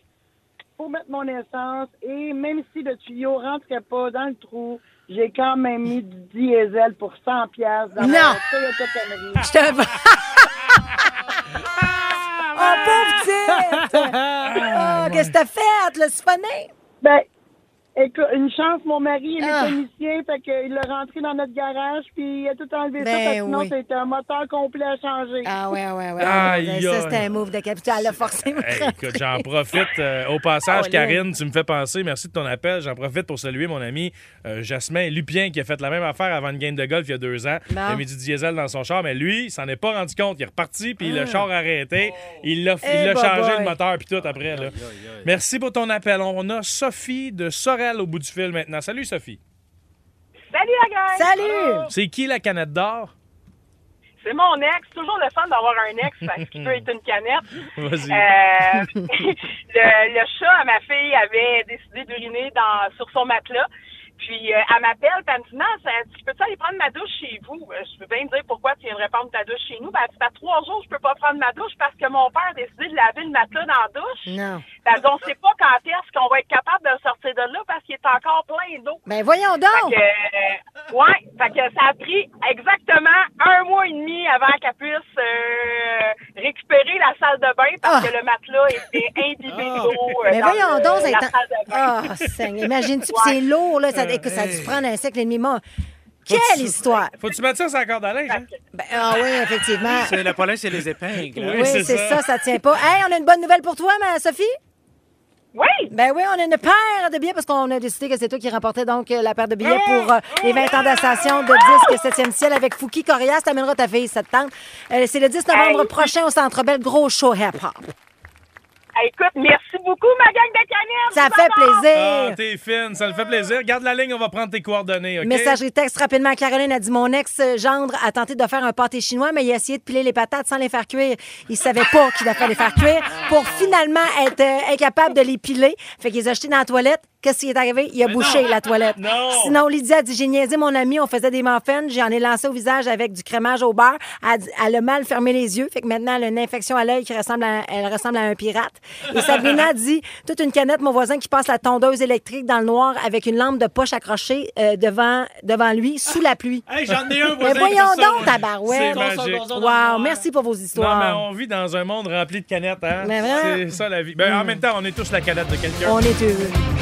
pour mettre mon essence et même si le tuyau rentrait pas dans le trou, j'ai quand même mis du diesel pour 100 pièces dans Non. mon Toyota Camry. Je te vois. Ah, Oh, pauvre petite! Oh, qu'est-ce que t'as fait? Le siphonné? Ben, écoute, une chance, mon mari il est Ah. mécanicien, fait qu'il l'a rentré dans notre garage puis il a tout enlevé ça Ben parce que sinon oui. c'était un moteur complet à changer. Ah, ouais, ouais, ouais. Aïe, Ben, ça, aïe. c'était un move de capital. Elle l'a forcé. moi. Hey, écoute, j'en profite. euh, au passage, Oh, là. Karine, tu me fais penser. Merci de ton appel. J'en profite pour saluer mon ami euh, Jasmin Lupien qui a fait la même affaire avant une game de golf il y a deux ans. Il a mis du diesel dans son char, mais lui, il s'en est pas rendu compte. Il est reparti, puis le char a arrêté. Il l'a il Ah. Eh, l'a bah, changé boy. le moteur, puis tout après. là. Merci pour ton appel. On a Sophie de Sorel au bout du fil maintenant. Salut, Sophie. Salut la gang! C'est qui la canette d'or? C'est mon ex. Toujours le fun d'avoir un ex parce qu'il peut être une canette. Vas-y. Euh, le, le chat à ma fille avait décidé d'uriner dans sur son matelas. Puis euh, elle m'appelle, puis elle me dit non, ça, tu peux-tu aller prendre ma douche chez vous? Euh, Je peux bien te dire pourquoi tu viendrais prendre ta douche chez nous. Ben, elle dit, ça fait trois jours, je peux pas prendre ma douche parce que mon père a décidé de laver le matelas dans la douche. Non. Ben, elle dit, on sait pas quand est-ce qu'on va être capable de le sortir de là parce qu'il est encore plein d'eau. Ben voyons donc! Fait que, euh, ouais, fait que ça a pris exactement un mois et demi avant qu'elle puisse euh, récupérer la salle de bain Ah. parce que le matelas était imbibé d'eau. euh, Mais Ben, dans voyons le- donc, ça la étant- salle de bain. Ah, Seigneur, imagine-tu, puis c'est lourd, là. Euh, Ça, écoute, ça a dû prendre un siècle et demi. Moi, quelle histoire! Faut-tu mettre ça sur la corde à linge, hein? Ben, ah oui, effectivement. C'est- Le problème, c'est les épingles. Oui, c'est ça. ça tient pas. Hey, on a une bonne nouvelle pour toi, ma Sophie? Oui! Ben oui, on a une paire de billets parce qu'on a décidé que c'est toi qui remportais donc euh, la paire de billets pour euh, les 20 ans d'ascension de disque 7e ciel avec Fouki Corias. T'amèneras ta fille, ça te tente. Euh, c'est le 10 novembre Hey. prochain au Centre Bell. Gros show hip-hop. Hey, écoute, merci beaucoup, ma gang de canettes. Ça Je vous fait adore. plaisir. Ah, t'es fine, ça le fait plaisir. Garde la ligne, on va prendre tes coordonnées, OK? Messagerie texte rapidement. Caroline a dit Mon ex-gendre a tenté de faire un pâté chinois, mais il a essayé de piler les patates sans les faire cuire. Il savait pas qu'il fallait les faire cuire pour finalement être euh, incapable de les piler. Fait qu'ils ont jeté dans la toilette. Qu'est-ce qui est arrivé? Il a bouché la toilette. Sinon, Lydia a dit J'ai niaisé mon ami, on faisait des muffins, j'en ai lancé au visage avec du crémage au beurre. Elle, a dit- elle a mal fermé les yeux. Fait que maintenant, elle a une infection à l'œil qui ressemble à, elle ressemble à un pirate. Et Sabrina dit Toute une canette, mon voisin qui passe la tondeuse électrique dans le noir avec une lampe de poche accrochée euh, devant, devant lui, sous la pluie. Ah, Hey, j'en ai un Mais voisin voyons comme ça. donc, tabarouette. C'est magique. Wow, merci pour vos Non, mais histoires. on vit dans un monde rempli de canettes, hein? Mais vraiment. Hmm. C'est ça la vie. Ben, En même temps, on est tous la canette de quelqu'un. On est heureux.